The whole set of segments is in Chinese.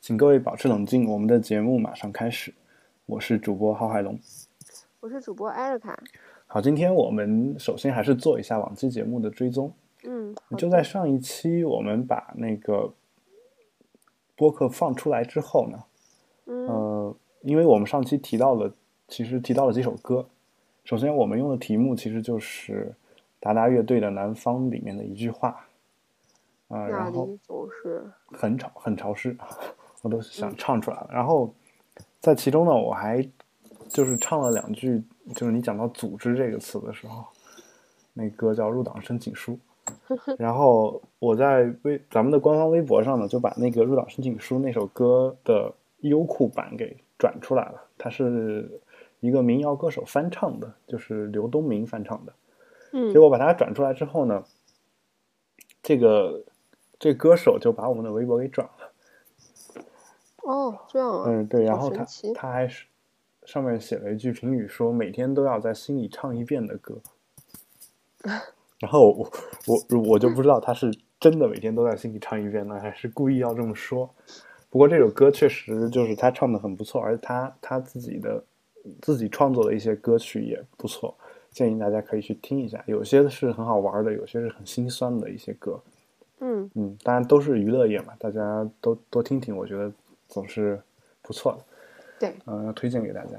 请各位保持冷静，我们的节目马上开始。我是主播郝海龙。我是主播艾瑞卡。好，今天我们首先还是做一下往期节目的追踪。嗯，好就的在上一期，我们把那个播客放出来之后呢，嗯呃，因为我们上期提到了，其实提到了几首歌。首先，我们用的题目其实就是达达乐队的《南方》里面的一句话，啊、那然后里总是很潮很潮湿，啊我都想唱出来了。然后在其中呢，我还就是唱了两句，就是你讲到“组织”这个词的时候，那歌叫《入党申请书》。然后我在微咱们的官方微博上呢，就把那个《入党申请书》那首歌的优酷版给转出来了，它是一个民谣歌手翻唱的，就是刘东明翻唱的。嗯结果把它转出来之后呢，这个这个歌手就把我们的微博给转了。哦这样啊，嗯，对，然好后神他奇他还是上面写了一句评语说，每天都要在心里唱一遍的 歌。然后我我我就不知道他是真的每天都在心里唱一遍呢，还是故意要这么说。不过这首歌确实就是他唱的很不错，而且他他自己的自己创作的一些歌曲也不错，建议大家可以去听一下。有些是很好玩的，有些是很心酸的一些歌。嗯嗯，当然都是娱乐业嘛，大家都多听听，我觉得总是不错的。对，嗯、推荐给大家。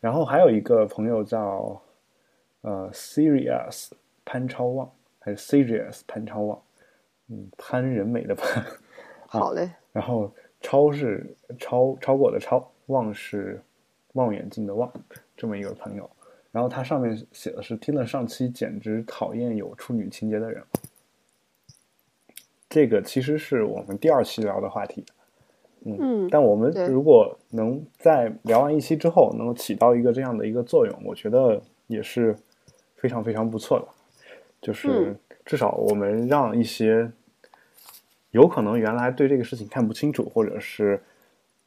然后还有一个朋友叫呃 Serious 潘超旺，还是 Serious 潘超旺，嗯，潘仁美的潘， 好嘞，然后超是超超过的超，望是望远镜的望，这么一个朋友。然后他上面写的是听了上期简直讨厌有处女情节的人。这个其实是我们第二期聊的话题，嗯但我们对如果能在聊完一期之后能够起到一个这样的一个作用，我觉得也是非常非常不错的。就是嗯至少我们让一些有可能原来对这个事情看不清楚，或者是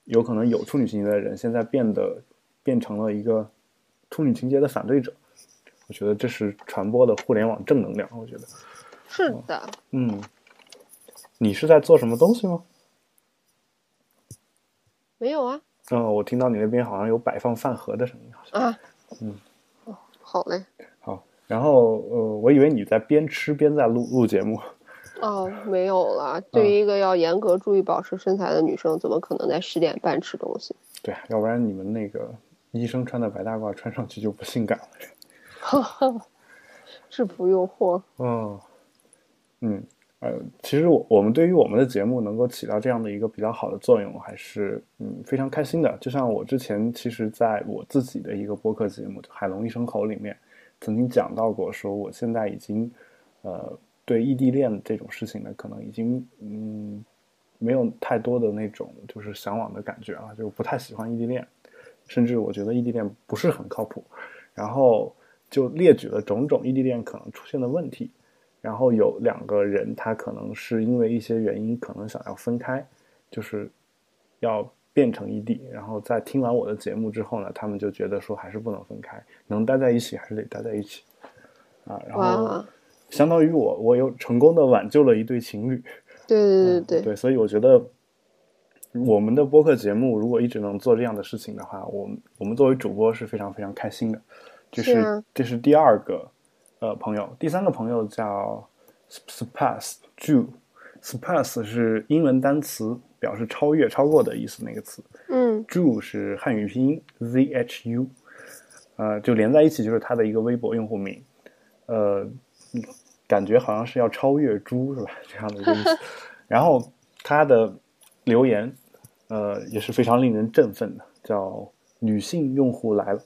有可能有处女情节的人，现在变得变成了一个处女情节的反对者。我觉得这是传播的互联网正能量。我觉得，是的，嗯，你是在做什么东西吗？没有啊嗯、我听到你那边好像有摆放饭盒的声音，好像。啊，嗯哦，好嘞，好，然后呃，我以为你在边吃边在录录节目， 哦，没有了。嗯对于一个要严格注意保持身材的女生，怎么可能在十点半吃东西？对，啊要不然你们那个医生穿的白大褂穿上去就不性感了。制服诱惑，哦，嗯，呃，其实我我们对于我们的节目能够起到这样的一个比较好的作用，还是嗯非常开心的。就像我之前其实在我自己的一个播客节目《海龙医生口》里面，曾经讲到过，说我现在已经呃对异地恋这种事情呢，可能已经嗯没有太多的那种就是向往的感觉了，就不太喜欢异地恋，甚至我觉得异地恋不是很靠谱。然后就列举了种种异地恋可能出现的问题。然后有两个人，他可能是因为一些原因，可能想要分开，就是要变成异地。然后在听完我的节目之后呢，他们就觉得说还是不能分开，能待在一起还是得待在一起啊。然后哇，相当于我，我又成功的挽救了一对情侣。对对对嗯对，所以我觉得我们的播客节目如果一直能做这样的事情的话，我们我们作为主播是非常非常开心的。这是是啊这是第二个呃朋友，第三个朋友叫 surpass Jew。surpass 是英文单词，表示超越、超过的意思，那个词。嗯 Zhu 是汉语拼音 Z H U，呃，就连在一起就是他的一个微博用户名，呃，嗯感觉好像是要超越猪是吧？ 这样的一个意思。然后他的留言，呃，也是非常令人振奋的，叫“女性用户来了”，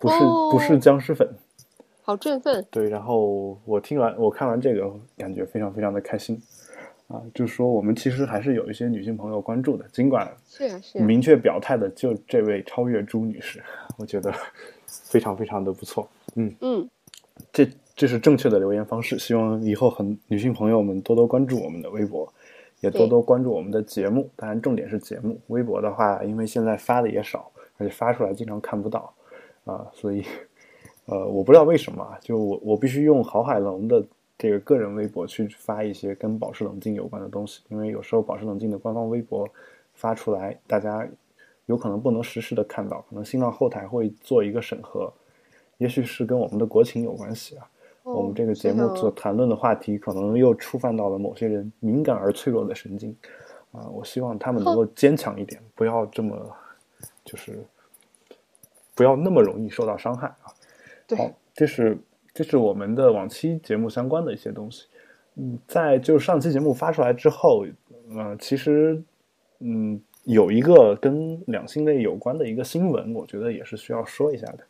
不是、哦不是僵尸粉。好振奋，对，然后我听完我看完这个，感觉非常非常的开心。啊，就说我们其实还是有一些女性朋友关注的，尽管是呀是呀，啊明确表态的就这位超越朱女士， 我觉得非常非常的不错。嗯，这这是正确的留言方式，希望以后很女性朋友们多多关注我们的微博，也多对多关注我们的节目。当然，重点是节目。微博的话，因为现在发的也少，而且发出来经常看不到，啊、所以呃，我不知道为什么啊，就我我必须用郝海龙的这个个人微博去发一些跟保持冷静有关的东西，因为有时候保持冷静的官方微博发出来，大家有可能不能实时的看到，可能新浪后台会做一个审核，也许是跟我们的国情有关系啊。哦我们这个节目所谈论的话题，可能又触犯到了某些人敏感而脆弱的神经啊、我希望他们能够坚强一点，不要这么，就是不要那么容易受到伤害啊。对好，这是这是我们的往期节目相关的一些东西。嗯，在就是上期节目发出来之后，呃，其实嗯有一个跟两性类有关的一个新闻，我觉得也是需要说一下的。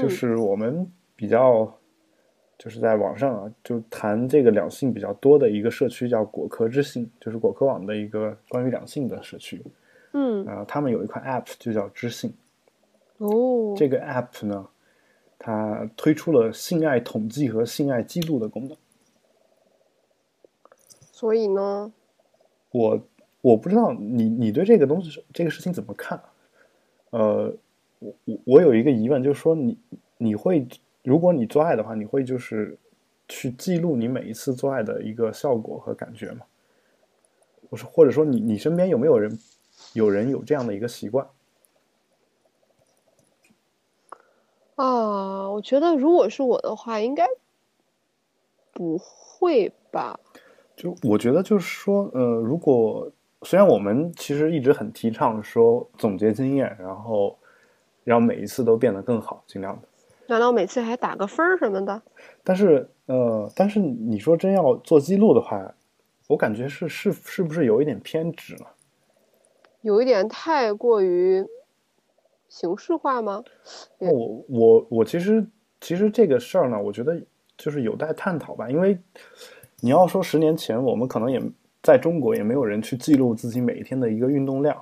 就嗯是我们比较，就是在网上啊，就谈这个两性比较多的一个社区叫果壳之性，就是果壳网的一个关于两性的社区。嗯啊、他们有一款 App 就叫知性，哦，这个 App 呢，它推出了性爱统计和性爱记录的功能。所以呢，我我不知道你你对这个东西是这个事情怎么看？啊呃，我我我有一个疑问，就是说你你会如果你做爱的话，你会就是去记录你每一次做爱的一个效果和感觉吗？我说，或者说你你身边有没有人有人有这样的一个习惯？啊，我觉得如果是我的话，应该不会吧？就我觉得就是说，呃，如果虽然我们其实一直很提倡说总结经验，然后让每一次都变得更好，尽量的。难道每次还打个分儿什么的？但是呃，但是你说真要做记录的话，我感觉是是是不是有一点偏执了？有一点太过于形式化吗？那我我我其实其实这个事儿呢，我觉得就是有待探讨吧，因为你要说十年前，我们可能也在中国也没有人去记录自己每一天的一个运动量，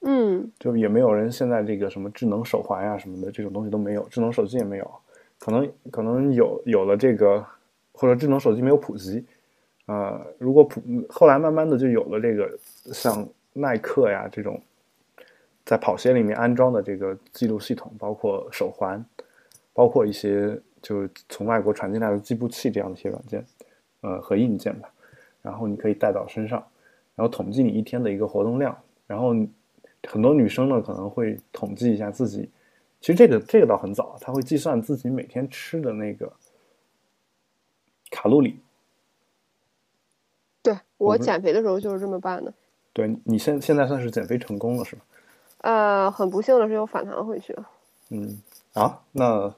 嗯，就也没有人现在这个什么智能手环呀、什么的这种东西都没有，智能手机也没有，可能可能有有了这个，或者智能手机没有普及，呃，如果普后来慢慢的就有了这个像耐克呀这种，在跑鞋里面安装的这个记录系统，包括手环，包括一些就是从外国传进来的计步器这样的一些软件，呃和硬件吧，然后你可以带到身上，然后统计你一天的一个活动量，然后你很多女生呢可能会统计一下自己，其实这个这个倒很早，她会计算自己每天吃的那个卡路里。对我我不减肥的时候就是这么办的。对你现现在算是减肥成功了是吧？呃，很不幸的是又反弹回去了。嗯，啊，那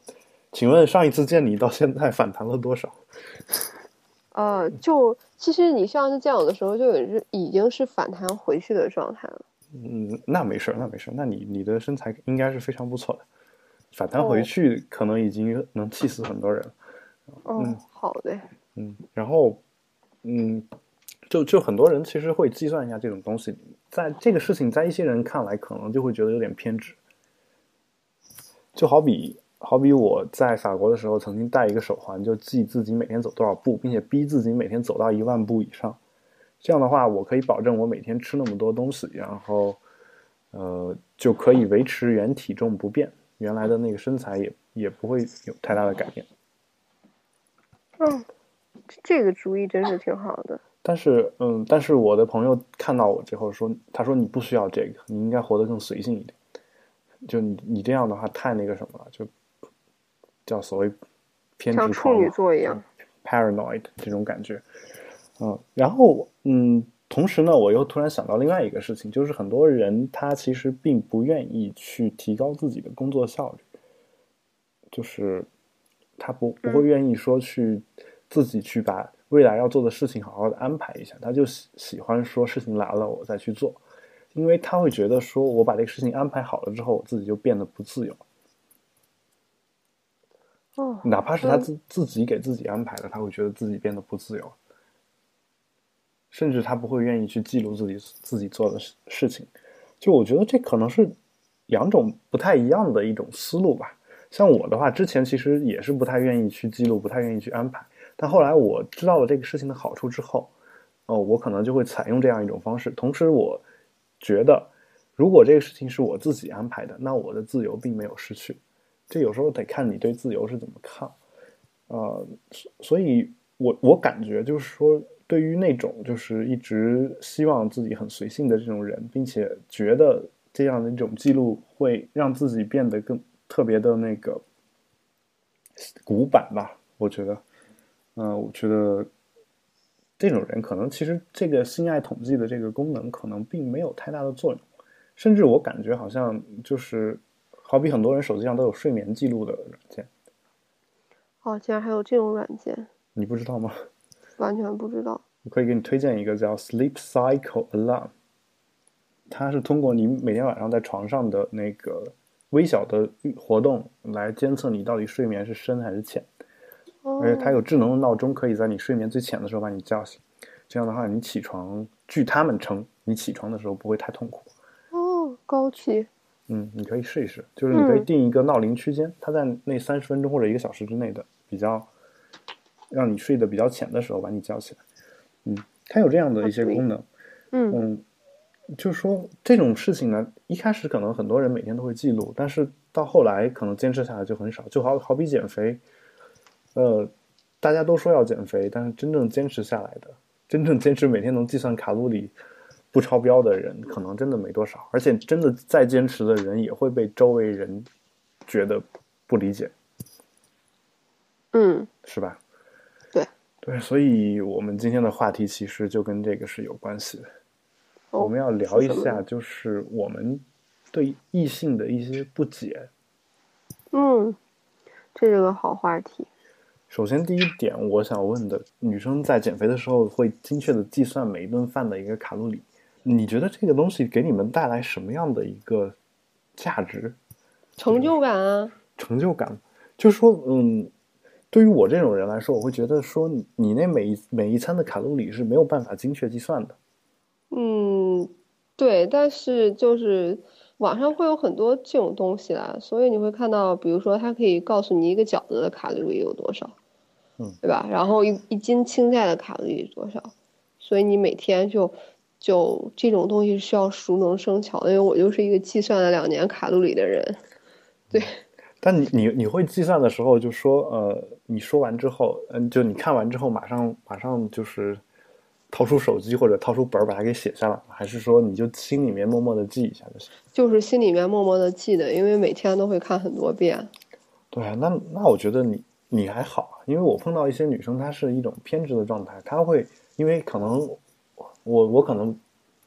请问上一次见你到现在反弹了多少？呃，就其实你上次见我的时候就已经已经是反弹回去的状态了。嗯，那没事儿，那没事儿，那你你的身材应该是非常不错的，反弹回哦去可能已经能气死很多人了。哦，好嘞，嗯，然后，嗯，就就很多人其实会计算一下这种东西，在这个事情在一些人看来，可能就会觉得有点偏执。就好比好比我在法国的时候，曾经戴一个手环，就记自己每天走多少步，并且逼自己每天走到一万步以上。这样的话，我可以保证我每天吃那么多东西，然后，呃，就可以维持原体重不变，原来的那个身材也也不会有太大的改变。嗯，这这个主意真是挺好的。但是，嗯，但是我的朋友看到我之后说，他说你不需要这个，你应该活得更随性一点。就你你这样的话太那个什么了，就叫所谓偏执像狂处女嘛座一样。 paranoid 这种感觉。嗯，然后嗯，同时呢，我又突然想到另外一个事情，就是很多人他其实并不愿意去提高自己的工作效率，就是他不不会愿意说去自己去把未来要做的事情好好的安排一下，他就喜喜欢说事情来了我再去做，因为他会觉得说我把这个事情安排好了之后，我自己就变得不自由。哦，哪怕是他自自己给自己安排的，他会觉得自己变得不自由，甚至他不会愿意去记录自己自己做的事事情。就我觉得这可能是两种不太一样的一种思路吧。像我的话，之前其实也是不太愿意去记录，不太愿意去安排。但后来我知道了这个事情的好处之后，哦、我可能就会采用这样一种方式。同时，我觉得如果这个事情是我自己安排的，那我的自由并没有失去。这有时候得看你对自由是怎么看，呃，所所以我我感觉就是说，对于那种就是一直希望自己很随性的这种人，并且觉得这样的一种记录会让自己变得更特别的那个古板吧，我觉得，嗯、我觉得这种人可能其实这个性爱统计的这个功能可能并没有太大的作用，甚至我感觉好像就是好比很多人手机上都有睡眠记录的软件，哦，竟然还有这种软件，你不知道吗？完全不知道。我可以给你推荐一个叫 Sleep Cycle Alarm，它是通过你每天晚上在床上的那个微小的活动来监测你到底睡眠是深还是浅，哦，而且它有智能的闹钟，可以在你睡眠最浅的时候把你叫醒。这样的话，你起床，据他们称，你起床的时候不会太痛苦。哦，高级，嗯，你可以试一试，就是你可以嗯定一个闹铃区间，它在那三十分钟或者一个小时之内的比较，让你睡得比较浅的时候把你叫起来。嗯，它有这样的一些啊对功能。嗯，嗯，就是说这种事情呢，一开始可能很多人每天都会记录，但是到后来可能坚持下来就很少，就好好比减肥，呃，大家都说要减肥，但是真正坚持下来的，真正坚持每天能计算卡路里不超标的人，可能真的没多少，而且真的再坚持的人也会被周围人觉得不理解，嗯，是吧？对对，所以我们今天的话题其实就跟这个是有关系的。哦我们要聊一是什么下，呢就是我们对异性的一些不解。嗯，这是个好话题。首先，第一点，我想问的，女生在减肥的时候会精确的计算每一顿饭的一个卡路里，你觉得这个东西给你们带来什么样的一个价值、成就感啊，成就感？就是说，嗯，对于我这种人来说，我会觉得说你，你那每一每一餐的卡路里是没有办法精确计算的。嗯，对，但是就是网上会有很多这种东西啦，所以你会看到，比如说它可以告诉你一个饺子的卡路里有多少，嗯，对吧？然后一一斤青菜的卡路里是多少，所以你每天就就这种东西是需要熟能生巧的，因为我就是一个计算了两年卡路里的人，但你你你会计算的时候，就说呃，你说完之后，嗯，就你看完之后，马上马上就是掏出手机或者掏出本儿把它给写下来吗，还是说你就心里面默默的记一下就行？就是心里面默默的记的，因为每天都会看很多遍。对啊，那那我觉得你你还好，啊因为我碰到一些女生，她是一种偏执的状态，她会因为可能我我可能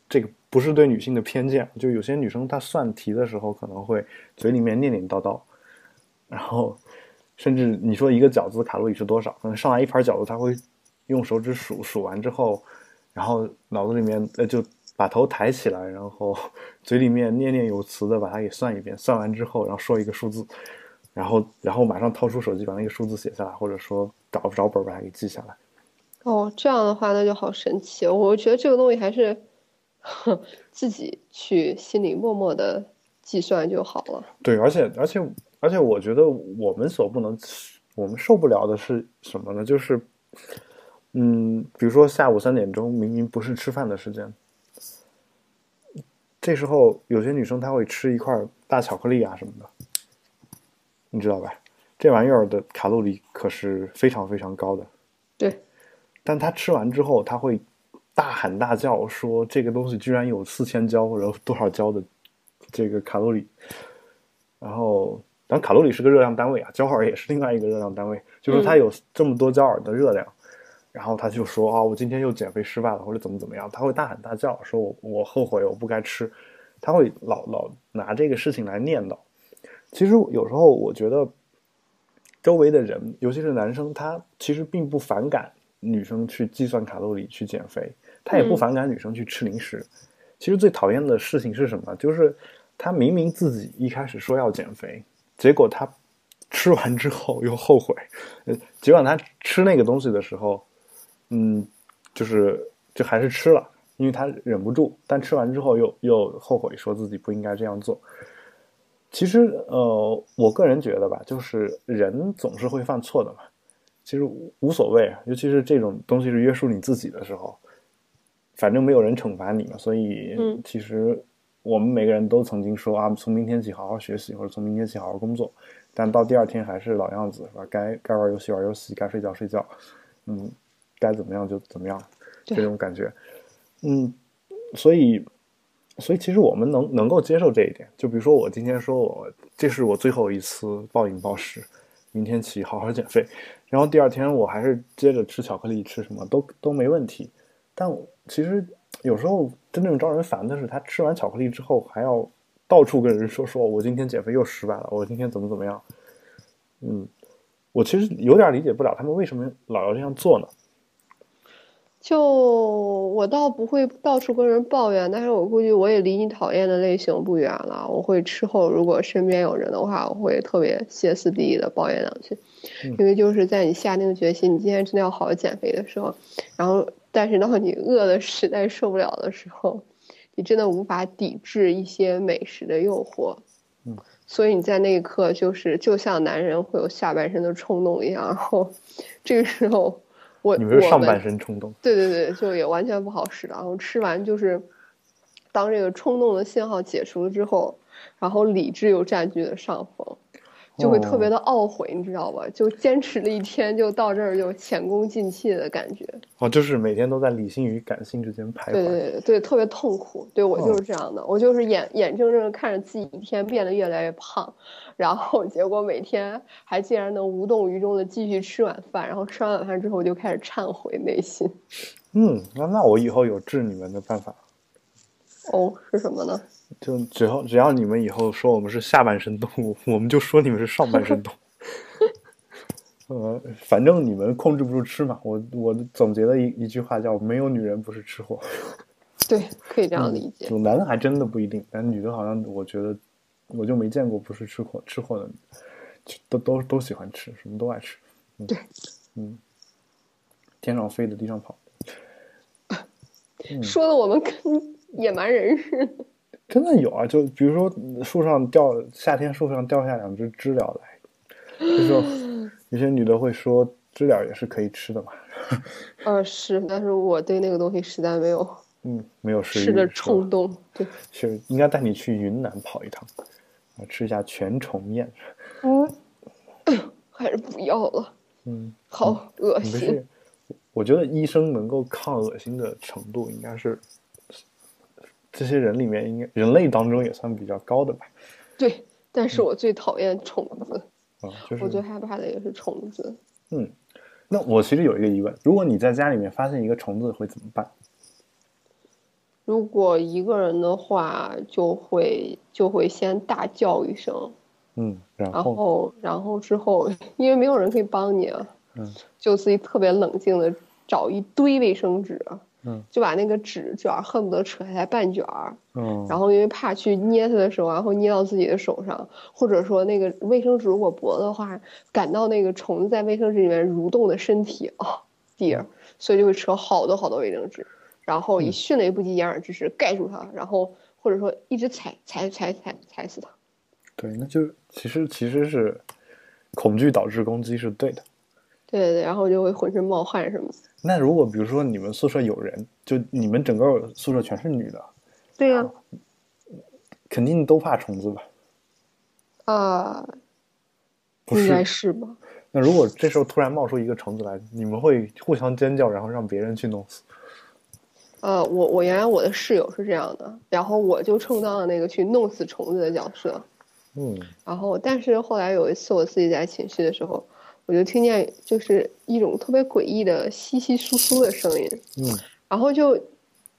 这个不是对女性的偏见，就有些女生她算题的时候可能会嘴里面念念叨叨，然后甚至你说一个饺子卡路里是多少，可能上来一盘饺子，她会用手指数，数完之后，然后脑子里面呃就把头抬起来，然后嘴里面念念有词的把它给算一遍，算完之后，然后说一个数字，然后然后马上掏出手机把那个数字写下来，或者说找找本儿把它给记下来。哦，这样的话那就好神奇哦。我觉得这个东西还是 自己去心里默默的计算就好了。对，而且而且而且，我觉得我们所不能，我们受不了的是什么呢？就是，嗯，比如说下午三点钟，明明不是吃饭的时间，这时候有些女生她会吃一块大巧克力啊什么的，你知道吧？这玩意儿的卡路里可是非常非常高的，对，但她吃完之后，她会大喊大叫说这个东西居然有四千焦或者多少焦的这个卡路里。然后，当然卡路里是个热量单位啊，焦耳也是另外一个热量单位，就是它有这么多焦耳的热量，然后他就说啊，我今天又减肥失败了，或者怎么怎么样，他会大喊大叫，说我我后悔，我不该吃，他会老老拿这个事情来念叨。其实有时候我觉得，周围的人，尤其是男生，他其实并不反感女生去计算卡路里去减肥，他也不嗯反感女生去吃零食。其实最讨厌的事情是什么？就是他明明自己一开始说要减肥，结果他吃完之后又后悔。呃，尽管他吃那个东西的时候，嗯，就是就还是吃了，因为他忍不住，但吃完之后又又后悔，说自己不应该这样做。其实，呃，我个人觉得吧，就是人总是会犯错的嘛，其实无无所谓，啊尤其是这种东西是约束你自己的时候，反正没有人惩罚你嘛，所以嗯其实我们每个人都曾经说啊，从明天起好好学习，或者从明天起好好工作，但到第二天还是老样子，是吧？该该玩游戏玩游戏，该睡觉睡觉，嗯，该怎么样就怎么样。这种感觉。嗯，所以，所以其实我们能能够接受这一点。就比如说，我今天说我这是我最后一次暴饮暴食，明天起好好减肥，然后第二天我还是接着吃巧克力，吃什么都都没问题。但其实有时候真正招人烦的是，他吃完巧克力之后还要到处跟人说：“说我今天减肥又失败了，我今天怎么怎么样。”嗯，我其实有点理解不了他们为什么老要这样做呢？就我倒不会到处跟人抱怨，但是我估计我也离你讨厌的类型不远了。我会之后如果身边有人的话，我会特别歇斯底里的抱怨两句，嗯因为就是在你下定决心，你今天真的要好好减肥的时候，然后但是当你饿的实在受不了的时候，你真的无法抵制一些美食的诱惑。嗯，所以你在那一刻就是就像男人会有下半身的冲动一样，然后这个时候。我你们是上我半们身冲动，对对对，就也完全不好使了。然后吃完就是，当这个冲动的信号解除了之后，然后理智又占据了上风，就会特别的懊悔，你知道吧？就坚持了一天，就到这儿就前功尽弃的感觉。哦，就是每天都在理性与感性之间徘徊。对对对对，特别痛苦。对我就是这样的，我就是眼眼睁睁地看着自己一天变得越来越胖，然后结果每天还竟然能无动于衷的继续吃晚饭，然后吃完晚饭之后就开始忏悔内心。嗯，那那我以后有治你们的办法，哦，是什么呢？就只要只要你们以后说我们是下半身动物，我们就说你们是上半身动物。 呃，反正你们控制不住吃嘛。我我总结了一一句话叫“没有女人不是吃货对，可以嗯这样理”，解。就男的还真的不一定，但女的好像我觉得我就没见过不是吃货吃货的女的，就都都都喜欢吃，什么都爱吃。嗯、对，嗯，天上飞的地上跑，说的我们跟野蛮人似的。真的有啊，就比如说嗯树上掉，夏天树上掉下两只知了来，这时候 有些女的会说知了也是可以吃的嘛，呃，是，但是我对那个东西实在没有嗯，没有食欲吃的是吧冲动。对，是应该带你去云南跑一趟，啊，吃一下全虫宴，嗯， 还是不要了，嗯，好恶你不心。是，我觉得医生能够抗恶心的程度应该是这些人里面应该人类当中也算比较高的吧，对，但是我最讨厌虫子，啊，就是我最害怕的也是虫子。嗯，那我其实有一个疑问，如果你在家里面发现一个虫子会怎么办？如果一个人的话，就会就会先大叫一声，嗯，然然后后然后之后， 因为没有人可以帮你啊，嗯，就自己特别冷静的找一堆卫生纸，嗯，就把那个纸卷儿恨不得扯下来半卷儿，嗯，然后因为怕去捏它的时候，然后捏到自己的手上，或者说那个卫生纸如果薄的话，感到那个虫子在卫生纸里面蠕动的身体哦，dear，所嗯以就会扯好多好多卫生纸，然后以迅雷不及掩耳之势盖住它，然后或者说一直踩踩踩踩踩死它。对，那就是其实其实是恐惧导致攻击是对的。对对对，然后就会浑身冒汗什么的。那如果比如说你们宿舍有人，就你们整个宿舍全是女的，对呀、肯定都怕虫子吧？啊，不应该是？是吧？那如果这时候突然冒出一个虫子来，你们会互相尖叫，然后让别人去弄死？呃，我我原来我的室友是这样的，然后我就充当了那个去弄死虫子的角色，嗯，然后但是后来有一次我自己在寝室的时候，我就听见就是一种特别诡异的窸窸窣窣的声音，嗯，然后就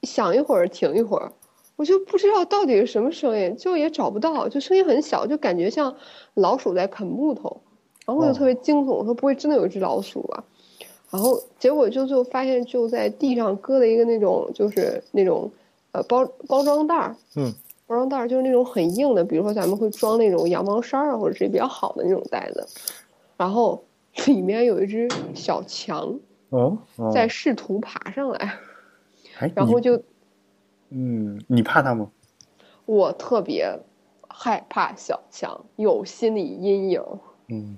响一会儿停一会儿，我就不知道到底是什么声音，就也找不到，就声音很小，就感觉像老鼠在啃木头，然后我哦就特别惊悚，我说不会真的有一只老鼠吧？然后结果就就发现就在地上搁了一个那种就是那种呃包包装袋儿，嗯，包装袋儿就是那种很硬的，比如说咱们会装那种羊毛衫儿啊，或者是比较好的那种袋子，然后里面有一只小强哦，哦在试图爬上来，哎然后你就嗯，你怕它吗？我特别害怕小强，有心理阴影。嗯，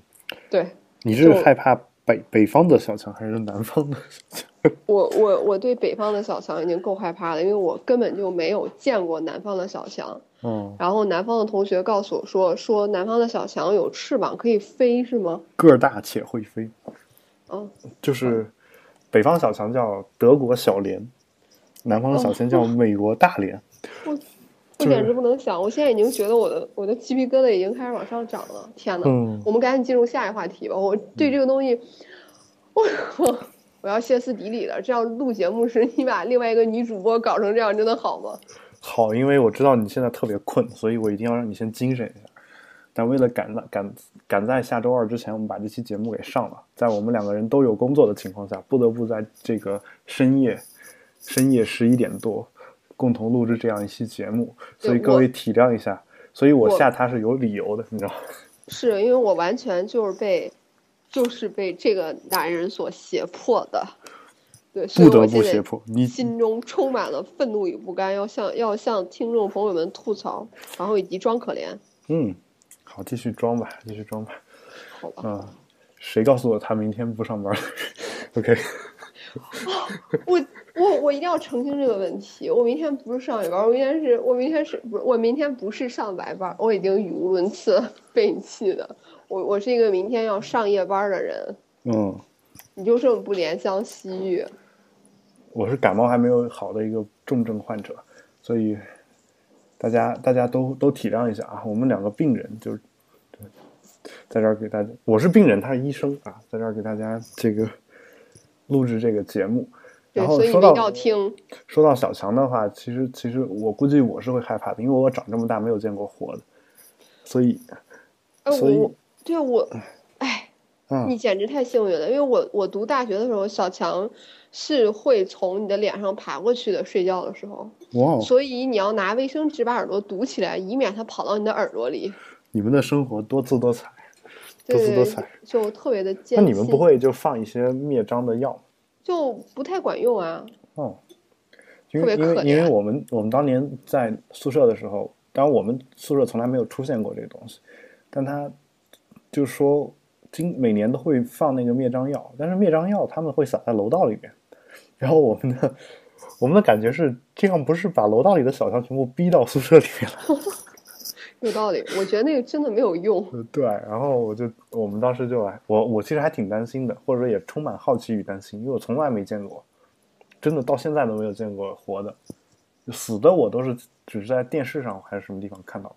对你是就害怕北北方的小强还是南方的小强？我，我我对北方的小强已经够害怕了，因为我根本就没有见过南方的小强。哦，然后南方的同学告诉我说，说南方的小强有翅膀可以飞，是吗？个儿大且会飞。嗯，就是北方小强叫德国小连，南方的小强叫美国大连。我简直不能想，我现在已经觉得我的我的鸡皮疙瘩已经开始往上涨了。天哪！嗯我们赶紧进入下一话题吧。我对这个东西，我我我要歇斯底里了。这样录节目时，你把另外一个女主播搞成这样，真的好吗？好，因为我知道你现在特别困，所以我一定要让你先精神一下。但为了赶在赶赶在下周二之前，我们把这期节目给上了。在我们两个人都有工作的情况下，不得不在这个深夜深夜十一点多共同录制这样一期节目，对所以各我位体谅一下。所以我我下他是有理由的，你知道吗？是因为我完全就是被，就是被这个男人所胁迫的。对，所以不得我不现胁在迫你。心中充满了愤怒与不甘，要向要向听众朋友们吐槽，然后以及装可怜，嗯，好，继续装吧，继续装吧。好吧？嗯，谁告诉我他明天不上班？OK， 我我我一定要澄清这个问题。我明天不是上夜班，我明天是我明天是不是我明天不是上白班，我已经语无伦次了，被你气的。我我是一个明天要上夜班的人，嗯，你就这么不怜香惜玉，我是感冒还没有好的一个重症患者，所以大家大家都都体谅一下啊，我们两个病人就是在这儿给大家，我是病人，他是医生啊，在这儿给大家这个录制这个节目。对，然后所以你说们到一定要听。说到小强的话，其实其实我估计我是会害怕的，因为我长这么大没有见过活的，所以哎，所以我对我，哎，啊、你简直太幸运了，因为我我读大学的时候，小强是会从你的脸上爬过去的，睡觉的时候，哇哦，所以你要拿卫生纸把耳朵堵起来，以免它跑到你的耳朵里。你们的生活多姿多彩。对多姿多对对彩，就特别的艰那辛。你们不会就放一些灭蟑的药吗？就不太管用啊？哦，因为特别因可为因为怜我们我们当年在宿舍的时候，当然我们宿舍从来没有出现过这个东西，但他就说今每年都会放那个灭蟑药，但是灭蟑药他们会撒在楼道里面，然后我们的我们的感觉是这样，不是把楼道里的小强全部逼到宿舍里面来？有道理，我觉得那个真的没有用。呃对，然后我就我们当时就来，我我其实还挺担心的，或者说也充满好奇与担心，因为我从来没见过，真的到现在都没有见过活的，死的我都是只是在电视上还是什么地方看到，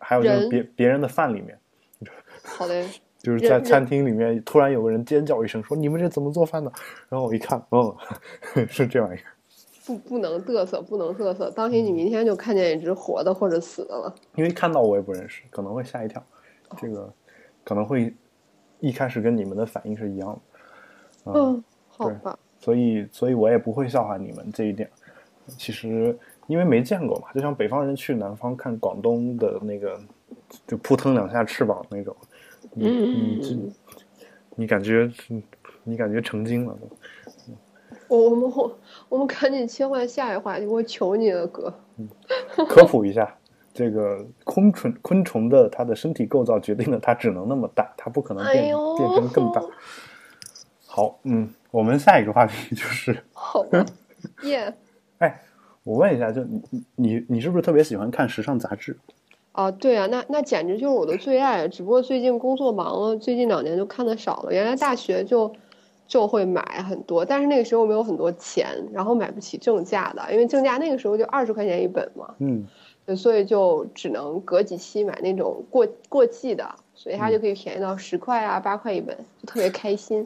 还有就是人别别人的饭里面，好嘞，就是在人餐厅里面突然有个人尖叫一声说你们这怎么做饭的？然后我一看，哦， 是这玩意儿，不不能嘚瑟，不能嘚瑟。当心你嗯明天就看见一只活的或者死的了。因为看到我也不认识，可能会吓一跳，这个可能会一开始跟你们的反应是一样的。嗯，好吧，所以所以我也不会笑话你们这一点。其实因为没见过嘛，就像北方人去南方看广东的那个，就扑腾两下翅膀那种，嗯，嗯你感觉你感觉成精了都。我我们我我们赶紧切换下一话题，我求你了，哥。科普一下，这个昆虫昆虫的它的身体构造决定了它只能那么大，它不可能变、哎呦变成更大。好，嗯，我们下一个话题就是， 好吧，耶、哎，我问一下，就你你你你是不是特别喜欢看时尚杂志？啊，对啊，那那简直就是我的最爱。只不过最近工作忙了，最近两年就看的少了。原来大学就就会买很多，但是那个时候没有很多钱，然后买不起正价的，因为正价那个时候就二十块钱一本嘛，嗯，对所以就只能隔几期买那种过过季的，所以它嗯就可以便宜到十块啊、八块一本，就特别开心。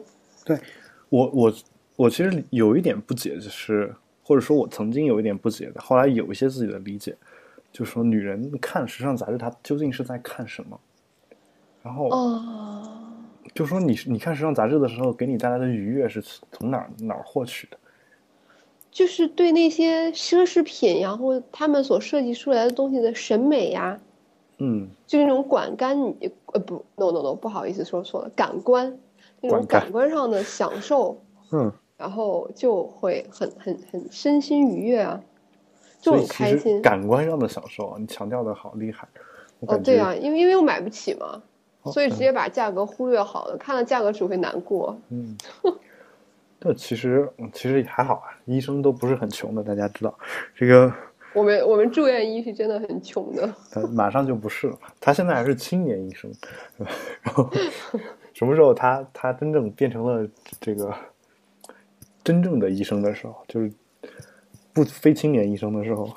我我我其实有一点不解，就是或者说我曾经有一点不解的，后来有一些自己的理解，就说女人看时尚杂志，她究竟是在看什么？然后啊，就说你你看时尚杂志的时候，给你带来的愉悦是从哪儿哪儿获取的？就是对那些奢侈品呀，或他们所设计出来的东西的审美呀，嗯，就是那种感官，你呃不，no no no，不好意思说错了，感官那种管干感官上的享受，嗯，然后就会很很很身心愉悦啊，就所以很其开实心。感官上的享受啊，你强调的好厉害，我哦，感对觉、啊，因为因为我买不起嘛，哦所以直接把价格忽略好了，看了价格只会难过。 嗯，这其实嗯其实也还好啊，医生都不是很穷的，大家知道这个。我们我们住院医是真的很穷的， 他呃马上就不是了嘛，他现在还是青年医生，是吧 然后什么时候他他真正变成了这个真正的医生的时候，就是不非青年医生的时候，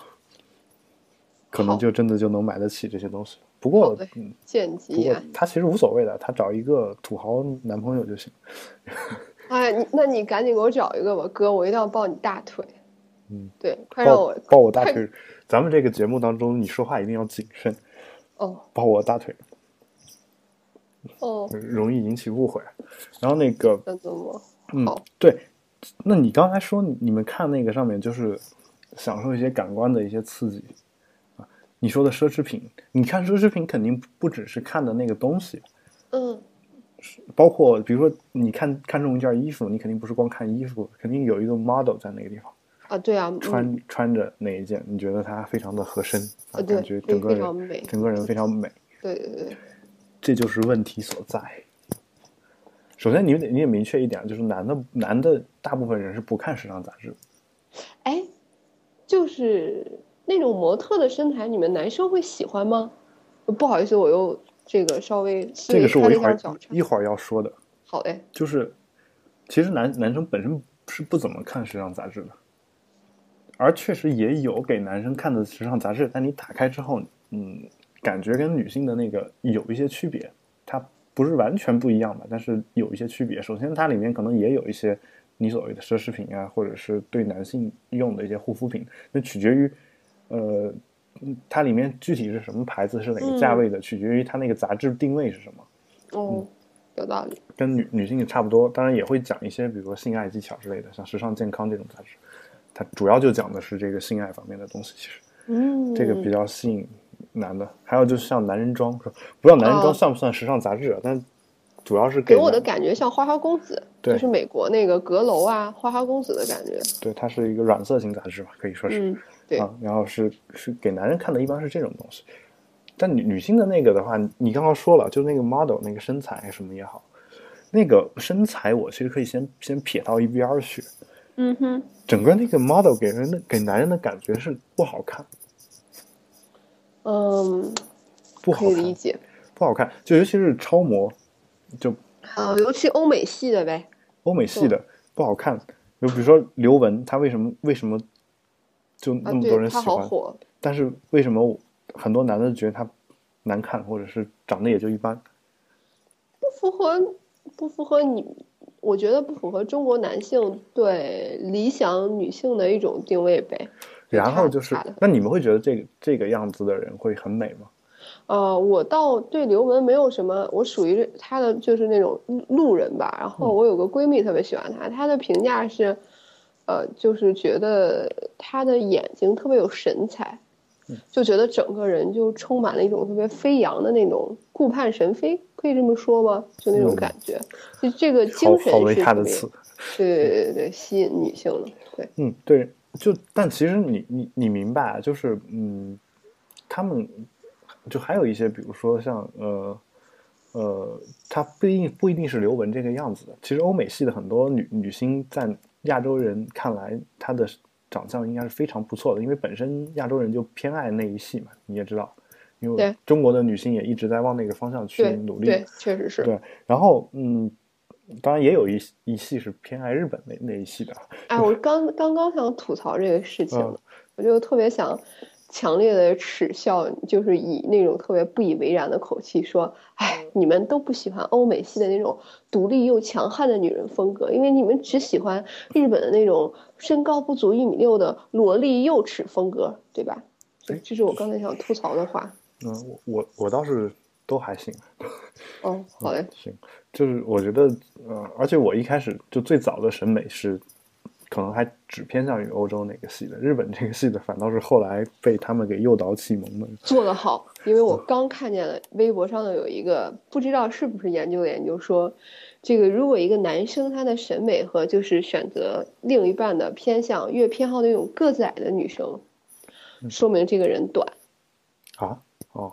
可能好就真的就能买得起这些东西。不过好嘞，嗯，见不机过啊！她其实无所谓的，她找一个土豪男朋友就行。哎，你那你赶紧给我找一个吧，哥，我一定要抱你大腿。嗯，对，快让抱我抱我大快腿，咱们这个节目当中，你说话一定要谨慎，哦抱我大腿哦，容易引起误会。啊然后那个，真的吗？嗯好，对，那你刚才说你你们看那个上面就是享受一些感官的一些刺激啊，你说的奢侈品，你看奢侈品肯定不不只是看的那个东西，嗯，包括比如说你看看中一件衣服，你肯定不是光看衣服，肯定有一个 model 在那个地方啊，对啊，嗯穿、穿着那一件，你觉得它非常的合身，啊啊，对感觉整个非常美人整个人非常美，对对对，这就是问题所在。首先你得，你你也明确一点，就是男的男的大部分人是不看时尚杂志的，哎，就是那种模特的身材，你们男生会喜欢吗？不好意思，我又这个稍微这个是我一会想儿小岔一。会儿要说的，好嘞，就是其实男男生本身是不怎么看时尚杂志的，而确实也有给男生看的时尚杂志，但你打开之后，嗯，感觉跟女性的那个有一些区别，它不是完全不一样吧，但是有一些区别。首先，它里面可能也有一些你所谓的奢侈品啊，或者是对男性用的一些护肤品，那取决于，呃。嗯它里面具体是什么牌子，是哪个价嗯位的，取决于它那个杂志定位是什么。嗯哦，有道理。跟女女性也差不多，当然也会讲一些，比如说性爱技巧之类的，像时尚健康这种杂志，它主要就讲的是这个性爱方面的东西。其实嗯，这个比较吸引男的，还有就是像男人装，不知道男人装哦算不算时尚杂志啊？但主要是给给我的男感觉像花花公子，对就是美国那个阁楼啊，花花公子的感觉。对，它是一个软色情杂志吧，可以说是。嗯，对，啊，然后是是给男人看的，一般是这种东西。但女女性的那个的话，你刚刚说了，就那个 model 那个身材什么也好，那个身材我其实可以先先撇到一边儿去，嗯哼，整个那个 model 给人的给男人的感觉是不好看，嗯，不好可以理看，解。不好看。就尤其是超模，就啊，尤其欧美系的呗。欧美系的不好看。就比如说刘雯，她为什么为什么就啊那，么多对，人喜他好欢？火。但是为什么我很多男的觉得她难看，或者是长得也就一般？不符合，不符合你，我觉得不符合中国男性对理想女性的一种定位呗。然后就差是差得，那你们会觉得这个这个样子的人会很美吗？呃，我倒对刘雯没有什么，我属于她的就是那种路路人吧。然嗯后我有个闺蜜特别喜欢她，她的评价是，呃，就是觉得她的眼睛特别有神采，嗯就觉得整个人就充满了一种特别飞扬的那种顾盼神飞，可以这么说吗？就那嗯种感觉，就这个好精神好维是他特的嗯别词。对对对对，吸引女性的，对，嗯，对，就但其实你你你明白啊，就是嗯，他们就还有一些，比如说像呃呃，她不一定不一定是刘雯这个样子的。其实欧美系的很多女女星在亚洲人看来，她的长相应该是非常不错的，因为本身亚洲人就偏爱那一系嘛，你也知道，因为对中国的女性也一直在往那个方向去对努力。对，确实是。对，然后嗯，当然也有一一系是偏爱日本那那一系的啊，哎，我刚刚刚想吐槽这个事情嗯我就特别想强烈的耻笑，就是以那种特别不以为然的口气说：“哎，你们都不喜欢欧美系的那种独立又强悍的女人风格，因为你们只喜欢日本的那种身高不足一米六的萝莉幼齿风格，对吧？”这哎这是我刚才想吐槽的话。嗯，我我我倒是都还行，哦，好嘞，行，就是我觉得，呃，而且我一开始就最早的审美是，可能还只偏向于欧洲那个系的，日本这个系的反倒是后来被他们给诱导启蒙的。做得好，因为我刚看见了微博上的有一个不知道是不是研究的研究说，这个如果一个男生他的审美和就是选择另一半的偏向越偏好那种个子矮的女生，说明这个人短。啊，哦，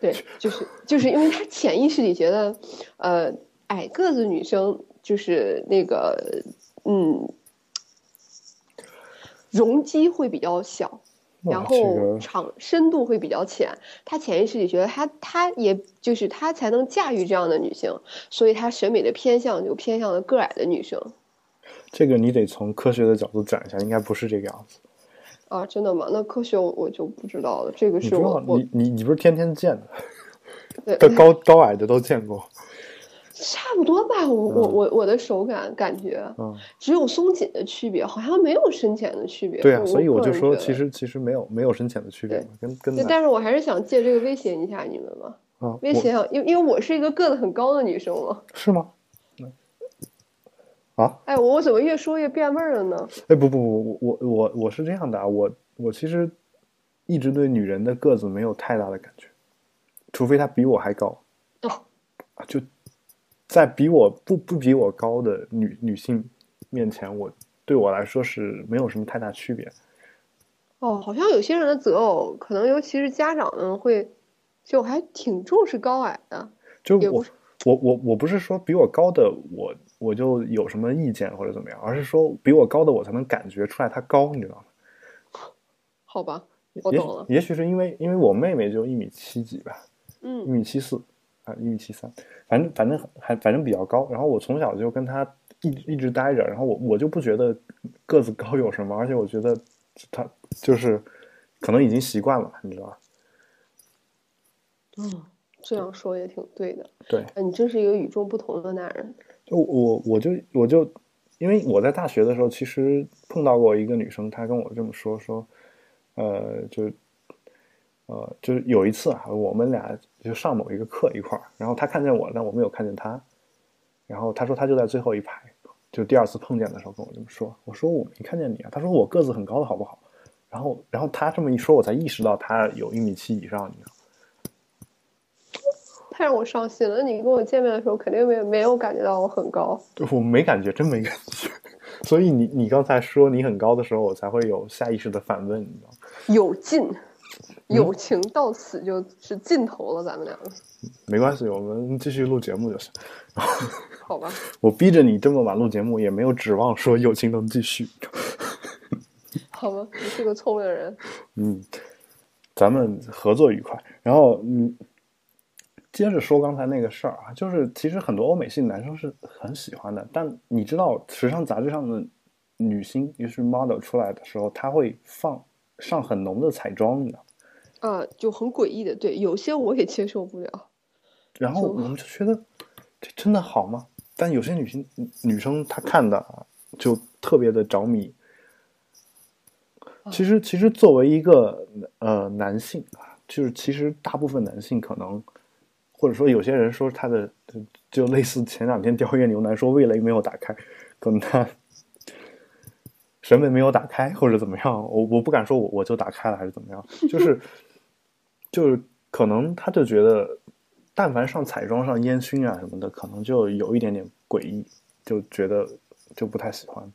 对，就是就是因为他潜意识里觉得，呃，矮个子女生就是那个嗯，容积会比较小。哇然哦这后个长深度会比较浅，他潜意识里觉得他他也就是他才能驾驭这样的女性，所以他审美的偏向就偏向了个矮的女生。这个你得从科学的角度讲一下，应该不是这个样子。啊，真的吗？那科学我就不知道了，这个你是不知我道，我你你你不是天天见的， 对高高高矮的都见过。差不多吧，我我我我的手感感觉嗯，只有松紧的区别，好像没有深浅的区别。对啊，我所以我个就人说，觉得其实其实没有没有深浅的区别嘛，跟跟对，男但是我还是想借这个威胁一下你们嘛，啊，威我胁啊，因为因为我是一个个子很高的女生嘛。是吗？嗯啊，哎，我我怎么越说越变味儿了呢？哎，不不不，我我我我是这样的啊，我我其实一直对女人的个子没有太大的感觉，除非她比我还高哦，啊，就在比我不不比我高的女女性面前，我对我来说是没有什么太大区别。哦，好像有些人的择偶，可能尤其是家长们会，就还挺重视高矮的。就也我不是我我我不是说比我高的我我就有什么意见或者怎么样，而是说比我高的我才能感觉出来他高，你知道吗？好吧，我也懂了。许也许是因为因为我妹妹就一米七几吧，一嗯，米七四啊，一米七三，反正反正还反正比较高。然后我从小就跟她一直一直待着，然后我我就不觉得个子高有什么，而且我觉得她就是可能已经习惯了，你知道吧？嗯，这样说也挺对的。对，哎，你真是一个与众不同的男人。就我我就我就，因为我在大学的时候，其实碰到过一个女生，她跟我这么说说，呃，就呃，就是有一次啊，我们俩就上某一个课一块儿，然后她看见我了，但我没有看见她，然后她说她就在最后一排，就第二次碰见的时候跟我这么说，我说我没看见你啊，她说我个子很高的好不好？然后然后她这么一说，我才意识到她有一米七以上，你知道吗。太让我伤心了。你跟我见面的时候，肯定没没有感觉到我很高。对我没感觉，真没感觉。 所以你你刚才说你很高的时候，我才会有下意识的反问，你知道吗？有劲，友情到此就是尽头了，咱们两个，没关系，我们继续录节目就行。好吧？我逼着你这么晚录节目，也没有指望说友情能继续。好吧，你是个聪明人。嗯，咱们合作愉快。然后嗯，接着说刚才那个事儿啊，就是其实很多欧美系男生是很喜欢的，但你知道时尚杂志上的女星，也是 model 出来的时候，她会放上很浓的彩妆，你知道吗。啊，就很诡异的，对，有些我也接受不了。然后就我们就觉得这真的好吗？但有些女性女生她看的啊就特别的着迷。其实，其实作为一个呃男性啊，就是其实大部分男性可能，或者说有些人说他的就类似前两天雕夜牛腩说味蕾没有打开，可能他审美没有打开或者怎么样，我我不敢说我我就打开了还是怎么样，就是就是可能他就觉得，但凡上彩妆上烟熏啊什么的，可能就有一点点诡异，就觉得就不太喜欢。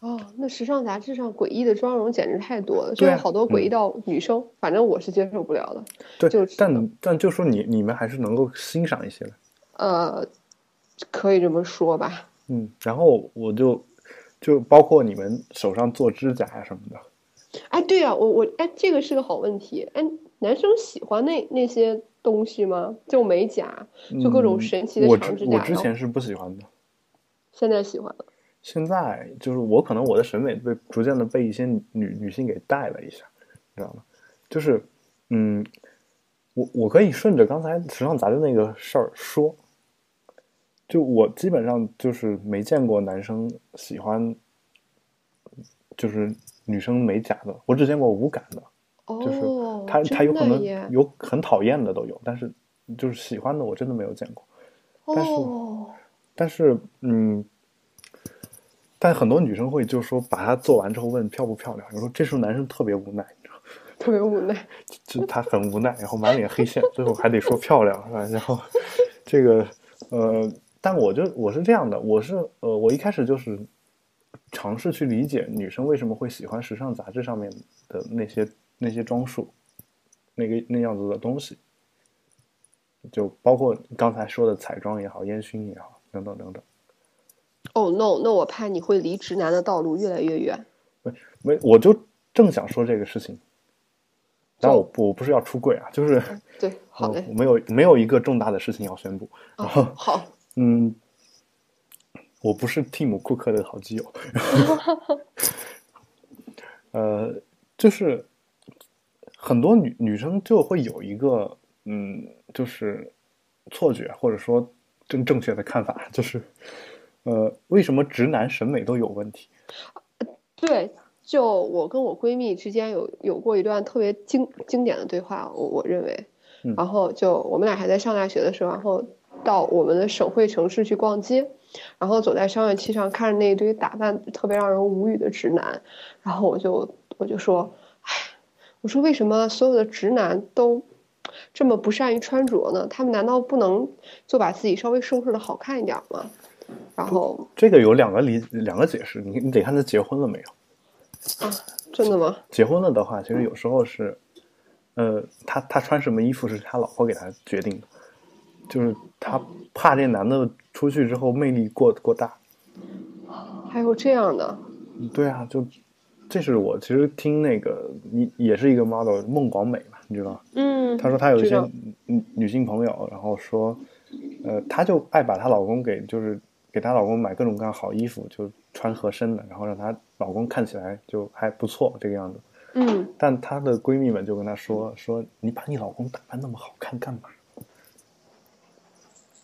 哦，那时尚杂志上诡异的妆容简直太多了，就对有啊好多诡异到女生，反正我是接受不了的。对，就是但但就说你你们还是能够欣赏一些的，呃，可以这么说吧。嗯。然后我就就包括你们手上做指甲呀、什么的，哎，对啊，我我哎，这个是个好问题。哎，男生喜欢那那些东西吗？就美甲，就各种嗯神奇的我长之指我甲，之然后前是不喜欢的，现在喜欢了。现在就是我可能我的审美被逐渐的被一些女女性给带了一下，你知道吗？就是，嗯，我我可以顺着刚才时尚杂志那个事儿说，就我基本上就是没见过男生喜欢，就是女生美甲的，我只见过无感的，就是哦，他他有真可的能耶有很讨厌的都有，但是就是喜欢的我真的没有见过。但是哦，但是，嗯，但很多女生会就说把它做完之后问漂不漂亮，有时候这时候男生特别无奈，你知道吗，特别无奈。就就他很无奈，然后满脸黑线，最后还得说漂亮，是吧？然后这个呃，但我就我是这样的，我是呃，我一开始就是尝试去理解女生为什么会喜欢时尚杂志上面的那些那些装束，那个那样子的东西，就包括刚才说的彩妆也好，烟熏也好，等等等等。哦、no，那我怕你会离直男的道路越来越远。没，我就正想说这个事情，但我不我不是要出柜啊，就是对，嗯好我嘞我，哦没有没有一个重大的事情要宣布。啊然后好，嗯，我不是蒂姆·库克的好 基友。呃，就是很多女女生就会有一个嗯，就是错觉，或者说更正确的看法，就是呃，为什么直男审美都有问题？对，就我跟我闺蜜之间有有过一段特别经经典的对话，我我认为，嗯然后就我们俩还在上大学的时候，然后到我们的省会城市去逛街，然后走在商业区上，看着那一堆打扮特别让人无语的直男，然后我就我就说，哎，我说为什么所有的直男都这么不善于穿着呢？他们难道不能就把自己稍微收拾的好看一点吗？然后这个有两个理两个解释，你你得看他结婚了没有。啊，真的吗？结婚了的话，其实有时候是，呃，他他穿什么衣服是他老婆给他决定的，就是他怕这男的出去之后魅力过过大。还有这样的。对啊，就这是我其实听那个你也是一个 model 孟广美嘛，你知道吗？嗯，她说她有一知些道女女性朋友，然后说，呃，她就爱把她老公给就是给她老公买各种各样好衣服，就穿合身的，然后让她老公看起来就还不错这个样子。嗯，但她的闺蜜们就跟她说：“说你把你老公打扮那么好看干嘛？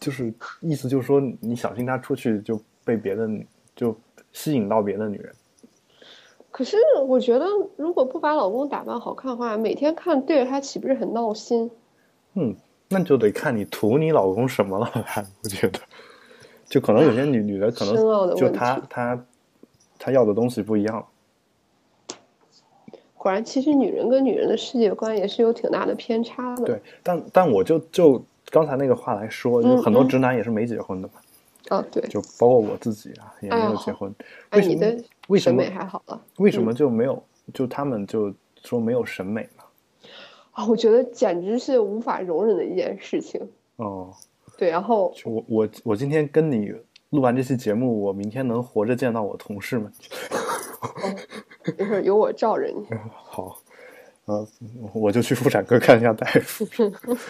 就是意思就是说你小心他出去就被别的女就吸引到别的女人。可是我觉得，如果不把老公打扮好看的话，每天看对着他岂不是很闹心？嗯，那就得看你图你老公什么了吧？ 我觉得，就可能有些女女的可深奥能的就问题她她她要的东西不一样。果然，其实女人跟女人的世界观也是有挺大的偏差的。对，但但我就就刚才那个话来说，就嗯很多嗯直男也是没结婚的嘛，啊，对，就包括我自己啊，也没哎有好结婚。哎，为什你么的为什审么美还好了为什么就没有？就他们就说没有审美呢？啊？我觉得简直是无法容忍的一件事情。哦，对，然后就我我我今天跟你录完这期节目，我明天能活着见到我同事们。没事，有我罩着你。嗯好，呃，我就去妇产科看一下大夫。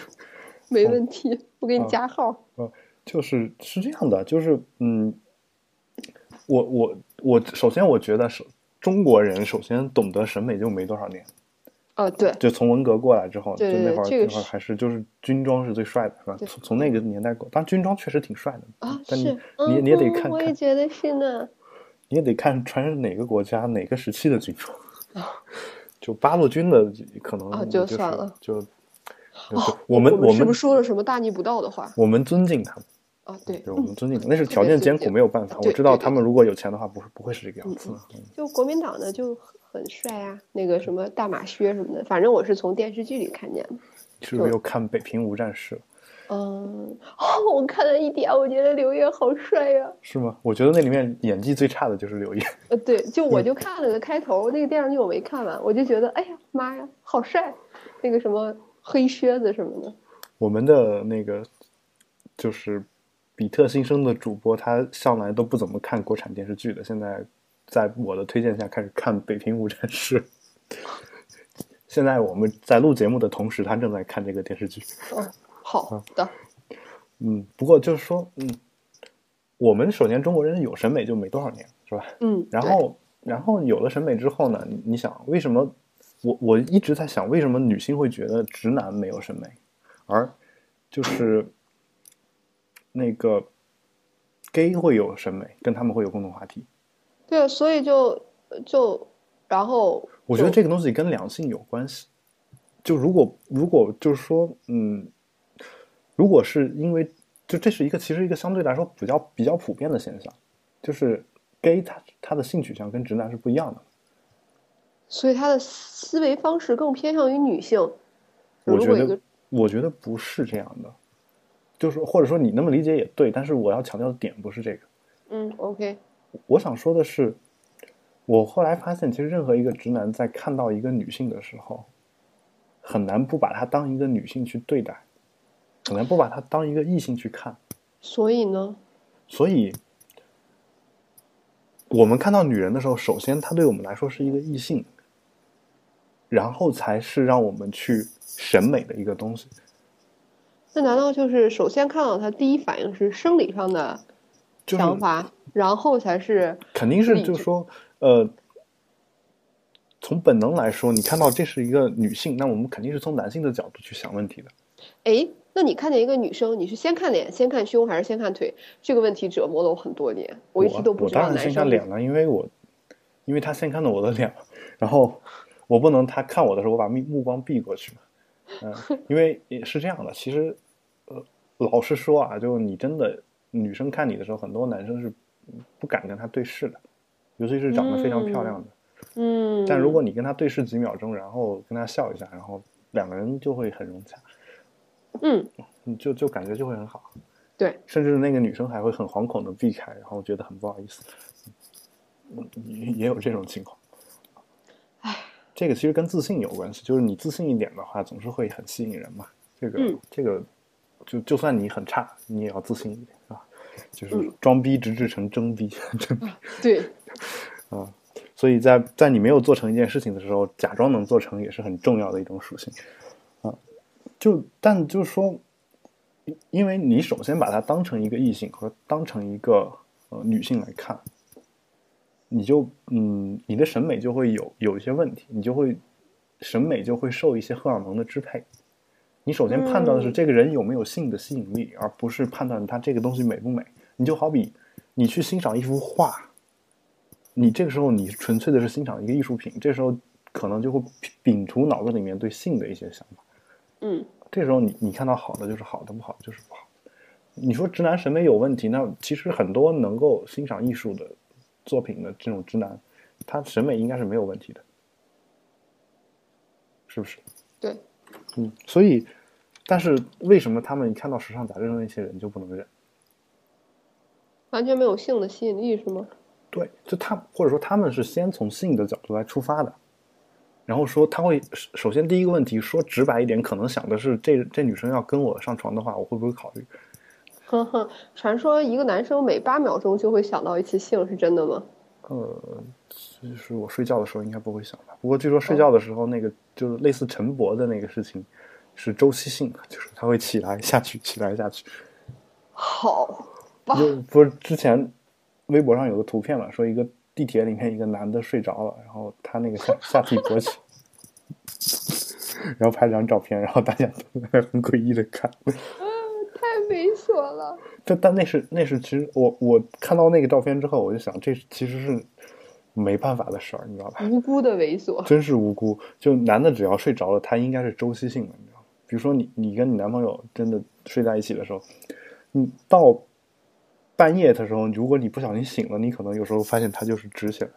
没嗯问题，我给你加号。就是是这样的，就是嗯，我我我首先我觉得是中国人首先懂得审美就没多少年，啊，对，就从文革过来之后，对就对那会儿、这个那会儿是还是就是军装是最帅的，是吧？对从从那个年代过，当然军装确实挺帅的啊，但你是，你嗯你也得哼看我看也觉得是呢。你也得看穿是哪个国家、哪个时期的军装。就八路军的可能啊就就是算了哦就就我们我我是不们是说了什么大逆不道的话我们尊敬他们，啊？对，对我们尊敬他们，那是特条别件尊艰苦，敬没有办法。对我知道对对嗯他们如果有钱的话，不是不会是这个样子的。就国民党的就很很帅啊，那个什么大马靴什么的，反正我是从电视剧里看见的。你是不是又看《北平无战事》了？嗯，哦，我看了一点，我觉得刘烨好帅呀、是吗？我觉得那里面演技最差的就是刘烨。呃，对，就嗯我就看了个开头，那个电视剧我没看完，我就觉得，哎呀妈呀，好帅！那个什么黑靴子什么的，我们的那个就是比特新生的主播，他向来都不怎么看国产电视剧的，现在在我的推荐下开始看《北平无战事》。 现在我们在录节目的同时，他正在看这个电视剧。哦，好的，嗯，不过就是说，嗯，我们首先中国人有审美就没多少年，是吧？嗯，然后，然后有了审美之后呢，你你想为什么？我我一直在想，为什么女性会觉得直男没有审美，而就是那个 gay 会有审美，跟他们会有共同话题。对对，所以就就然后我觉得就这个东西跟两性有关系。就如果如果就是说，嗯，如果是因为就这是一个其实一个相对来说比较比较普遍的现象，就是 gay 他他的性取向跟直男是不一样的。所以他的思维方式更偏向于女性。我觉如果一得个，我觉得不是这样的，就是或者说你那么理解也对，但是我要强调的点不是这个。嗯，OK，我想说的是，我后来发现，其实任何一个直男在看到一个女性的时候，很难不把她当一个女性去对待，很难不把她当一个异性去看。所以呢，所以，我们看到女人的时候，首先她对我们来说是一个异性，然后才是让我们去审美的一个东西。那难道就是首先看到他第一反应是生理上的就是想法，然后才是肯定是理就是智说，呃，从本能来说，你看到这是一个女性，那我们肯定是从男性的角度去想问题的。哎，那你看见一个女生，你是先看脸、先看胸还是先看腿？这个问题折磨了我很多年，我一直都不我知当道然男先生看脸了，因为我因为他先看的我的脸，然后我不能他看我的时候我把目目光避过去嘛。嗯、因为是这样的，其实呃，老实说啊，就你真的女生看你的时候，很多男生是不敢跟她对视的，尤其是长得非常漂亮的。嗯，但如果你跟她对视几秒钟，然后跟她笑一下，然后两个人就会很融洽，嗯，你就就感觉就会很好。对，甚至那个女生还会很惶恐的避开，然后觉得很不好意思。嗯也也有这种情况。这个其实跟自信有关系，就是你自信一点的话，总是会很吸引人嘛。这个、嗯这个，就就算你很差，你也要自信一点，是吧？就是嗯装逼直至成真逼， 真逼。对，所以在在你没有做成一件事情的时候，假装能做成也是很重要的一种属性啊。就但就是说，因因为你首先把它当成一个异性和当成一个呃女性来看，你就嗯，你的审美就会有有一些问题，你就会审美就会受一些荷尔蒙的支配。你首先判断的是嗯这个人有没有性的吸引力，而不是判断他这个东西美不美。你就好比你去欣赏一幅画，你这个时候你纯粹的是欣赏一个艺术品，这时候可能就会摒除脑子里面对性的一些想法。嗯这时候你你看到好的就是好的，不好的就是不好的。你说直男审美有问题，那其实很多能够欣赏艺术的作品的这种直男，他审美应该是没有问题的，是不是？对，嗯，所以，但是为什么他们一看到时尚杂志上那些人就不能忍？完全没有性的吸引力是吗？对，就他或者说他们是先从性的角度来出发的，然后说他会首首先第一个问题说直白一点，可能想的是这这女生要跟我上床的话，我会不会考虑？哼哼，传说一个男生每八秒钟就会想到一次性，是真的吗？呃，就是我睡觉的时候应该不会想吧。不过据说睡觉的时候那个就是类似晨勃的那个事情是周期性的，就是它会起来下去，起来下去。好吧，就不是之前微博上有个图片嘛，说一个地铁里面一个男的睡着了，然后他那个下下体勃起，然后拍张照片，然后大家都在很诡异的看。太猥琐了。但但那是那是其实我我看到那个照片之后，我就想这其实是没办法的事儿，你知道吧？无辜的猥 琐，真是无辜。就男的只要睡着了，他应该是周期性的，你知道吗？比如说你你跟你男朋友真的睡在一起的时候，你到半夜的时候，如果你不小心醒了，你可能有时候发现他就是直起来，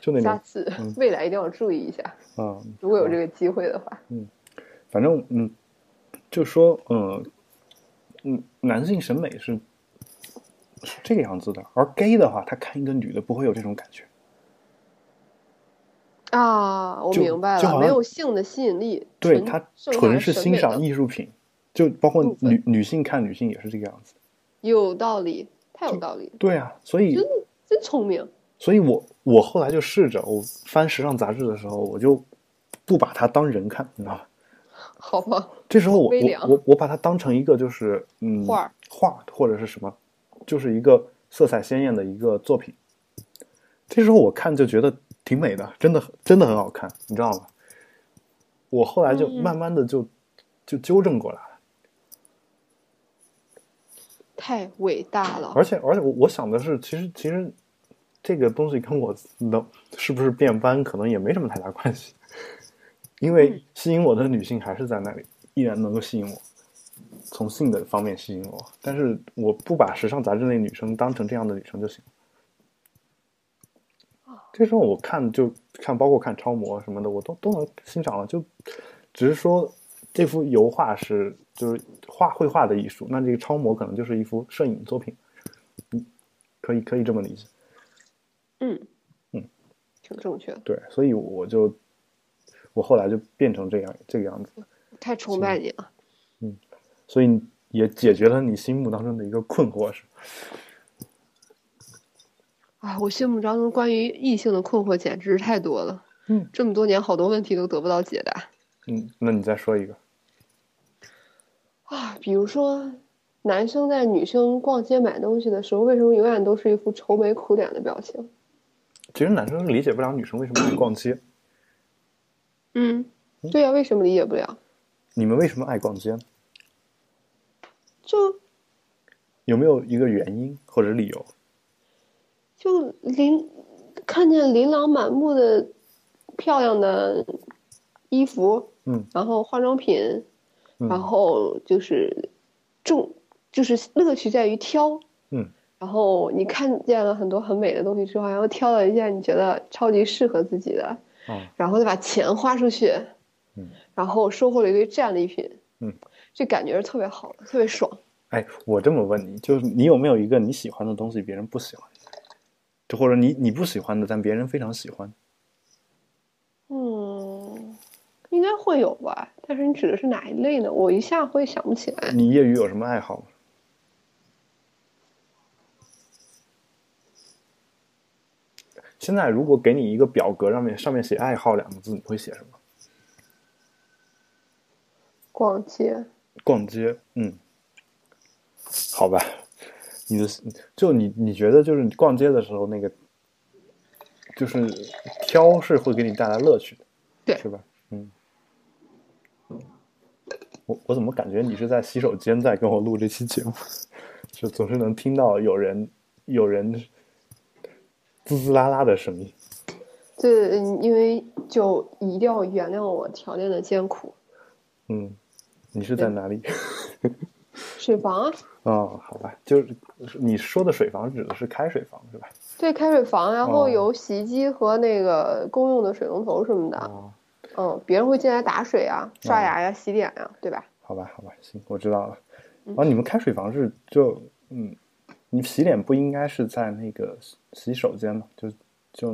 就那种下啊、次嗯未来一定要注意一下，嗯如果有这个机会的话。反正嗯，就说嗯嗯，男性审美是是这个样子的，而 gay 的话，他看一个女的不会有这种感觉。啊，我就明白就了，好没像有性的吸引力，对纯他正纯常是审欣美赏的艺术品，就包括部分女女性看女性也是这个样子。有道理，太有道理，了，对啊，所以真真聪明。所以我我后来就试着，我翻时尚杂志的时候，我就不把它当人看，你知道吧？好吧，这时候我微我凉我我把它当成一个就是嗯画儿画或者是什么，就是一个色彩鲜艳的一个作品。这时候我看就觉得挺美的，真的很真的很好看，你知道吗？我后来就嗯慢慢的就、就纠正过来了。太伟大了。而且而且我我想的是，其实其实这个东西跟我能是不是变班可能也没什么太大关系，因为吸引我的女性还是在那里，依然能够吸引我，从性的方面吸引我。但是我不把时尚杂志那女生当成这样的女生就行了。这时候我看就看，包括看超模什么的，我都都能欣赏了。就只是说这幅油画是就是画绘画的艺术，那这个超模可能就是一幅摄影作品。可以可以这么理解。嗯嗯，挺正确的，对，所以我就我后来就变成这样这个样子，太崇拜你了。所以也解决了你心目当中的一个困惑，是吧啊，我心目当中关于异性的困惑简直是太多了。嗯，这么多年，好多问题都得不到解答嗯，那你再说一个，啊。比如说，男生在女生逛街买东西的时候，为什么永远都是一副愁眉苦脸的表情？其实男生是理解不了女生为什么爱逛街，嗯，对呀、为什么理解不了？你们为什么爱逛街呢？就有没有一个原因或者理由？就琳看见琳琅满目的漂亮的衣服，嗯，然后化妆品，嗯然后就是重就是乐趣在于挑，嗯，然后你看见了很多很美的东西之后，然后挑了一件你觉得超级适合自己的，啊，然后再把钱花出去，嗯，然后收获了一堆战利品，嗯，这感觉是特别好的，特别爽。哎，我这么问你，就是你有没有一个你喜欢的东西，别人不喜欢，就或者你你不喜欢的，但别人非常喜欢？嗯，应该会有吧，但是你指的是哪一类呢？我一下会想不起来。你业余有什么爱好吗？现在如果给你一个表格，上面上面写“爱好”两个字，你会写什么？逛街，逛街，嗯，好吧，你的就你你觉得就是你逛街的时候那个，就是挑是会给你带来乐趣的，对是吧？嗯，我我怎么感觉你是在洗手间在跟我录这期节目？就总是能听到有人有人滋滋啦啦的声音。对，因为就一定要原谅我条件的艰苦。嗯，你是在对哪里？ 水房啊，哦，好吧，就是你说的水房指的是开水房是吧？对，开水房，然后哦有洗衣机和那个公用的水龙头什么的。哦，嗯，别人会进来打水啊、刷牙呀、洗脸呀，对吧？好吧，好吧，行，我知道了。嗯啊，你们开水房是就嗯，你洗脸不应该是在那个洗洗手间吗？就就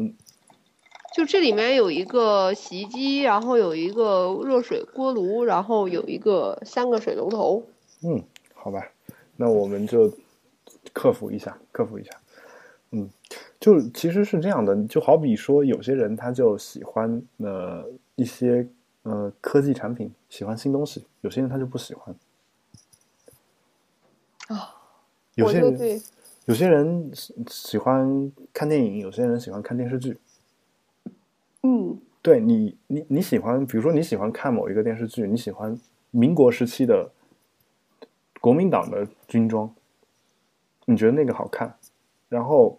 就这里面有一个洗衣机，然后有一个热水锅炉，然后有一个三个水龙头。嗯，好吧，那我们就克服一下，克服一下。嗯，就其实是这样的，就好比说有些人他就喜欢呃一些呃科技产品，喜欢新东西，有些人他就不喜欢。啊，有我些就人对有些人喜喜欢看电影，有些人喜欢看电视剧。嗯，对你，你你喜欢，比如说你喜欢看某一个电视剧，你喜欢民国时期的国民党的军装，你觉得那个好看，然后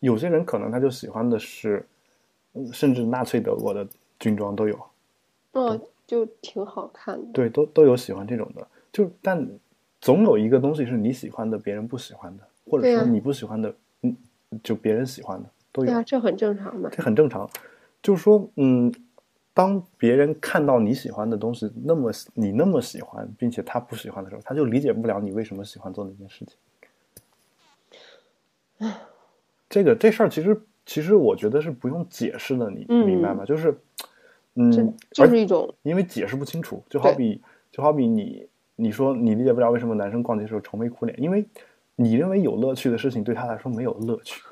有些人可能他就喜欢的是，嗯甚至纳粹德国的军装都有，嗯，就挺好看的。对，都都有喜欢这种的，就但总有一个东西是你喜欢的，别人不喜欢的，或者对说啊你不喜欢的，嗯，就别人喜欢的都对有。啊，这很正常嘛。这很正常。就是说，嗯，当别人看到你喜欢的东西，那么你那么喜欢，并且他不喜欢的时候，他就理解不了你为什么喜欢做那件事情。这个这事儿其实其实我觉得是不用解释的，你嗯明白吗？就是，这嗯，就而是一种因为解释不清楚，就好对比就好比你你说你理解不了为什么男生逛街的时候愁眉苦脸，因为你认为有乐趣的事情对他来说没有乐趣。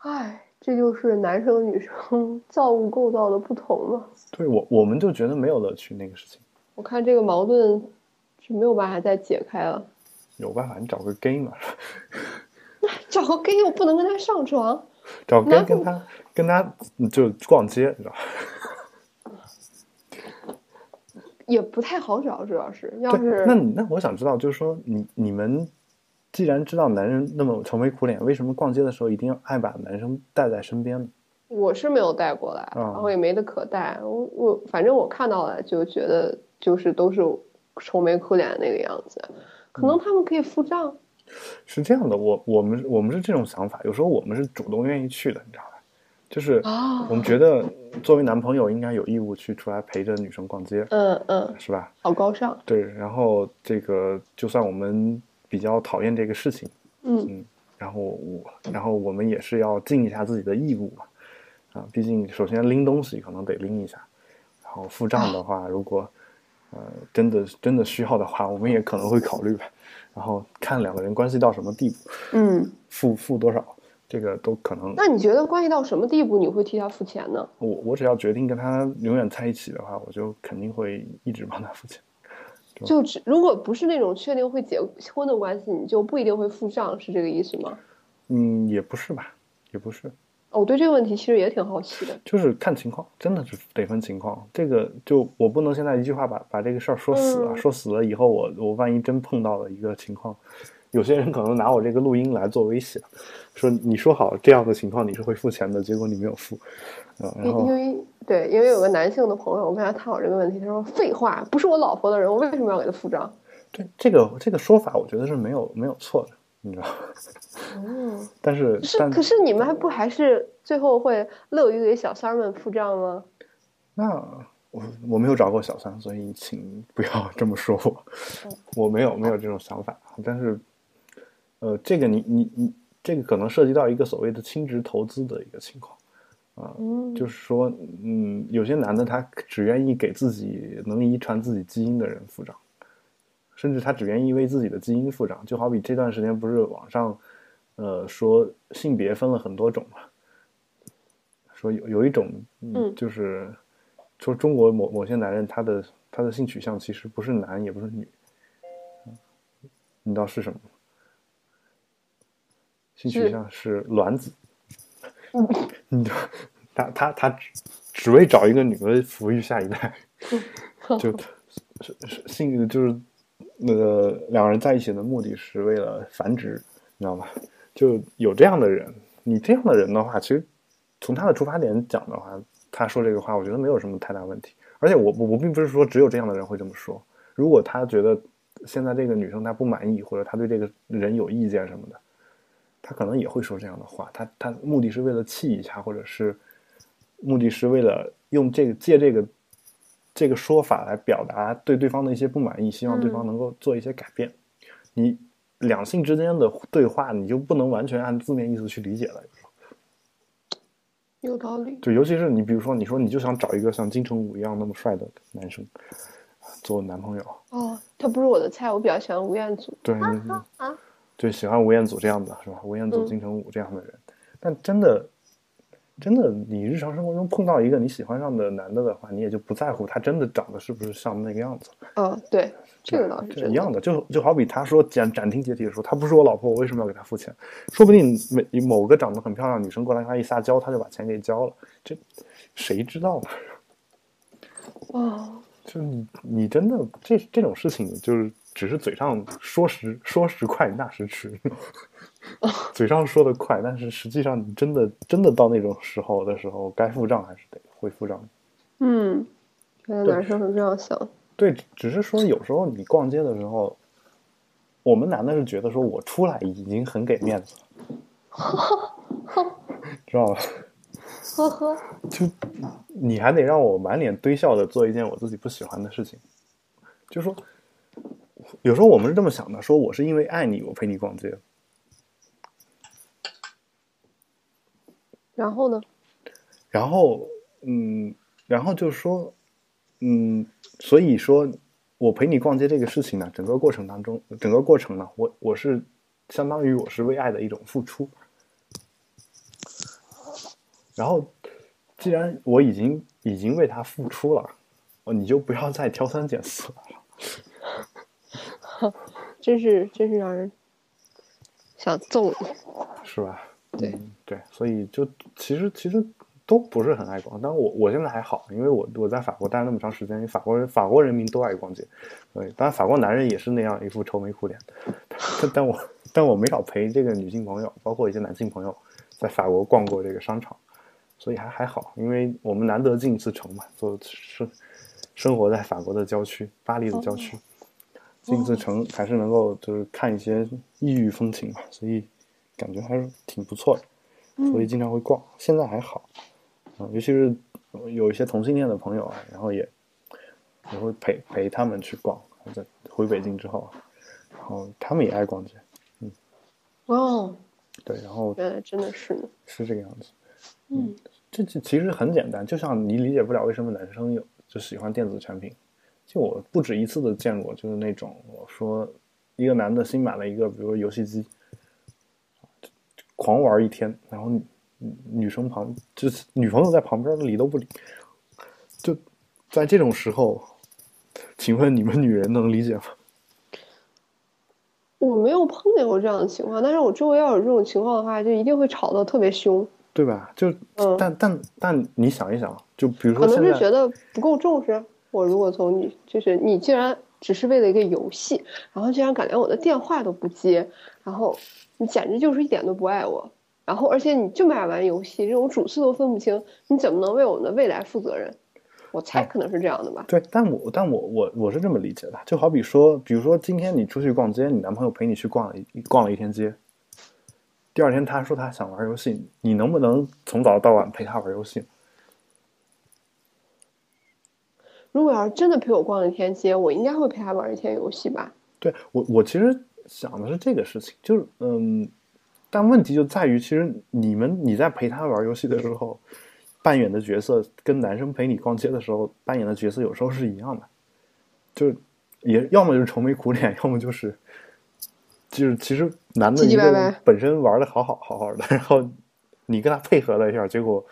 唉，这就是男生女生 造物构造的不同嘛。对我我们就觉得没有乐趣那个事情。我看这个矛盾是没有办法再解开了。有办法，你找个 gay 嘛，找个 gay 我不能跟他上床，找个 gay 那跟他跟他嗯就逛街，你知道吧？也不太好找，主要是要对，那是你那我想知道，就是说你你们既然知道男人那么愁眉苦脸，为什么逛街的时候一定要爱把男生带在身边呢？我是没有带过来，嗯然后也没得可带。我我反正我看到了就觉得就是都是愁眉苦脸的那个样子，嗯可能他们可以付账。是这样的，我我们我们是这种想法，有时候我们是主动愿意去的，你知道吧？就是啊我们觉得作为男朋友应该有义务去出来陪着女生逛街，嗯嗯，是吧？好高尚。对，然后这个就算我们比较讨厌这个事情，嗯嗯，然后我，然后我们也是要尽一下自己的义务嘛，啊，毕竟首先拎东西可能得拎一下，然后付账的话，如果呃真的真的需要的话，我们也可能会考虑吧，然后看两个人关系到什么地步，嗯，付付多少，这个都可能。那你觉得关系到什么地步你会替他付钱呢？我我只要决定跟他永远在一起的话，我就肯定会一直帮他付钱。就只如果不是那种确定会结婚的关系，你就不一定会付账，是这个意思吗？嗯，也不是吧，也不是。哦我对这个问题其实也挺好奇的。就是看情况，真的是得分情况。这个就我不能现在一句话把把这个事儿说死啊，嗯说死了以后我我万一真碰到了一个情况，有些人可能拿我这个录音来做威胁，说你说好这样的情况你是会付钱的，结果你没有付，嗯，然因因后为对，因为有个男性的朋友，我跟他探讨这个问题，他说：“废话，不是我老婆的人，我为什么要给她付账对这个这个说法我觉得是没有没有错的，你知道吗？？” 嗯，但是可是但可是你们还不还是最后会乐于给小三儿们付账吗？那我我没有找过小三，所以请不要这么说我。我没有没有这种想法，但是，呃，这个你你你，这个可能涉及到一个所谓的亲职投资的一个情况，嗯，就是说，嗯，有些男的他只愿意给自己能遗传自己基因的人付账，甚至他只愿意为自己的基因付账。就好比这段时间不是网上，呃，说性别分了很多种嘛，说有有一种，嗯，嗯就是说中国某某些男人他的他的性取向其实不是男也不是女，嗯你知道是什么吗？性取是嗯向是卵子。你知道，他他他只只为找一个女的抚育下一代，嗯就是是性就是那个两人在一起的目的是为了繁殖，你知道吗？就有这样的人，你这样的人的话，其实从他的出发点讲的话，他说这个话，我觉得没有什么太大问题。而且我我我并不是说只有这样的人会这么说，如果他觉得现在这个女生她不满意，或者他对这个人有意见什么的，他可能也会说这样的话，他他目的是为了气一下，或者是目的是为了用这个借这个这个说法来表达对对方的一些不满意，希望对方嗯能够做一些改变。你两性之间的对话，你就不能完全按字面意思去理解了。有道理。就尤其是你，比如说，你说你就想找一个像金城武一样那么帅的男生做男朋友，哦，他不是我的菜，我比较喜欢吴彦祖。对，你啊对，喜欢吴彦祖这样的是吧？吴彦祖、嗯金城武这样的人，但真的，真的，你日常生活中碰到一个你喜欢上的男的的话，你也就不在乎他真的长得是不是像那个样子，啊，对，这个倒是对真一的。样的。就就好比他说斩斩钉截铁地说，她不是我老婆，我为什么要给她付钱？说不定每某个长得很漂亮的女生过来跟他一撒娇，他就把钱给交了，这谁知道呢？哦，就是你，你真的这这种事情，就是只是嘴上说时说时快，那时迟，嘴上说的快，但是实际上你真的真的到那种时候的时候，该付账还是得会付账。嗯，原来对男生会这样想。对，只只是说有时候你逛街的时候，我们男的是觉得说我出来已经很给面子了，知道吧？呵呵，就你还得让我满脸堆笑的做一件我自己不喜欢的事情，就说有时候我们是这么想的，说我是因为爱你，我陪你逛街，然后呢？然后嗯，然后就说嗯，所以说我陪你逛街这个事情呢，整个过程当中，整个过程呢，我我是相当于我是为爱的一种付出，然后既然我已经已经为他付出了，哦，你就不要再挑三拣四了。真是真是让人想揍你。是吧？对嗯对，所以就其实其实都不是很爱逛，但我我现在还好，因为我我在法国待了那么长时间，法国人法国人民都爱逛街，所以当然法国男人也是那样一副愁眉苦脸， 但但我但我没少陪这个女性朋友，包括一些男性朋友，在法国逛过这个商场，所以还还好，因为我们难得进一次城嘛，就生生活在法国的郊区，巴黎的郊区，进一次城还是能够就是看一些异域风情吧，所以感觉还是挺不错的，所以经常会逛。现在还好，嗯，尤其是有一些同性恋的朋友啊，然后也也会陪陪他们去逛，在回北京之后啊，然后他们也爱逛街，哦，对，然后 原来真的是呢。是这个样子。嗯，这这其实很简单，就像你理解不了为什么男生有就喜欢电子产品，就我不止一次的见过，就是那种我说一个男的新买了一个，比如说游戏机，狂玩一天，然后女女生旁就是女朋友在旁边理都不理，就在这种时候，请问你们女人能理解吗？我没有碰见过这样的情况，但是我周围要有这种情况的话，就一定会吵得特别凶。对吧？就嗯但但但你想一想，就比如可说能现是在觉得不够重视。我如果从你，就是你竟然只是为了一个游戏，然后竟然敢连我的电话都不接，然后你简直就是一点都不爱我。然后而且你就爱玩游戏，这种主次都分不清，你怎么能为我们的未来负责任？我猜嗯可能是这样的吧。对，但我但我我我是这么理解的，就好比说，比如说今天你出去逛街，你男朋友陪你去逛了一逛了一天街，第二天他说他想玩游戏，你能不能从早到晚陪他玩游戏？如果要是真的陪我逛一天街，我应该会陪他玩一天游戏吧。对我我其实想的是这个事情，就是嗯，但问题就在于，其实你们你在陪他玩游戏的时候，扮演的角色跟男生陪你逛街的时候扮演的角色有时候是一样的，就也要么就是愁眉苦脸，要么就是就是其实男的唧唧一个歪歪本身玩的好好好好的，然后你跟他配合了一下，结果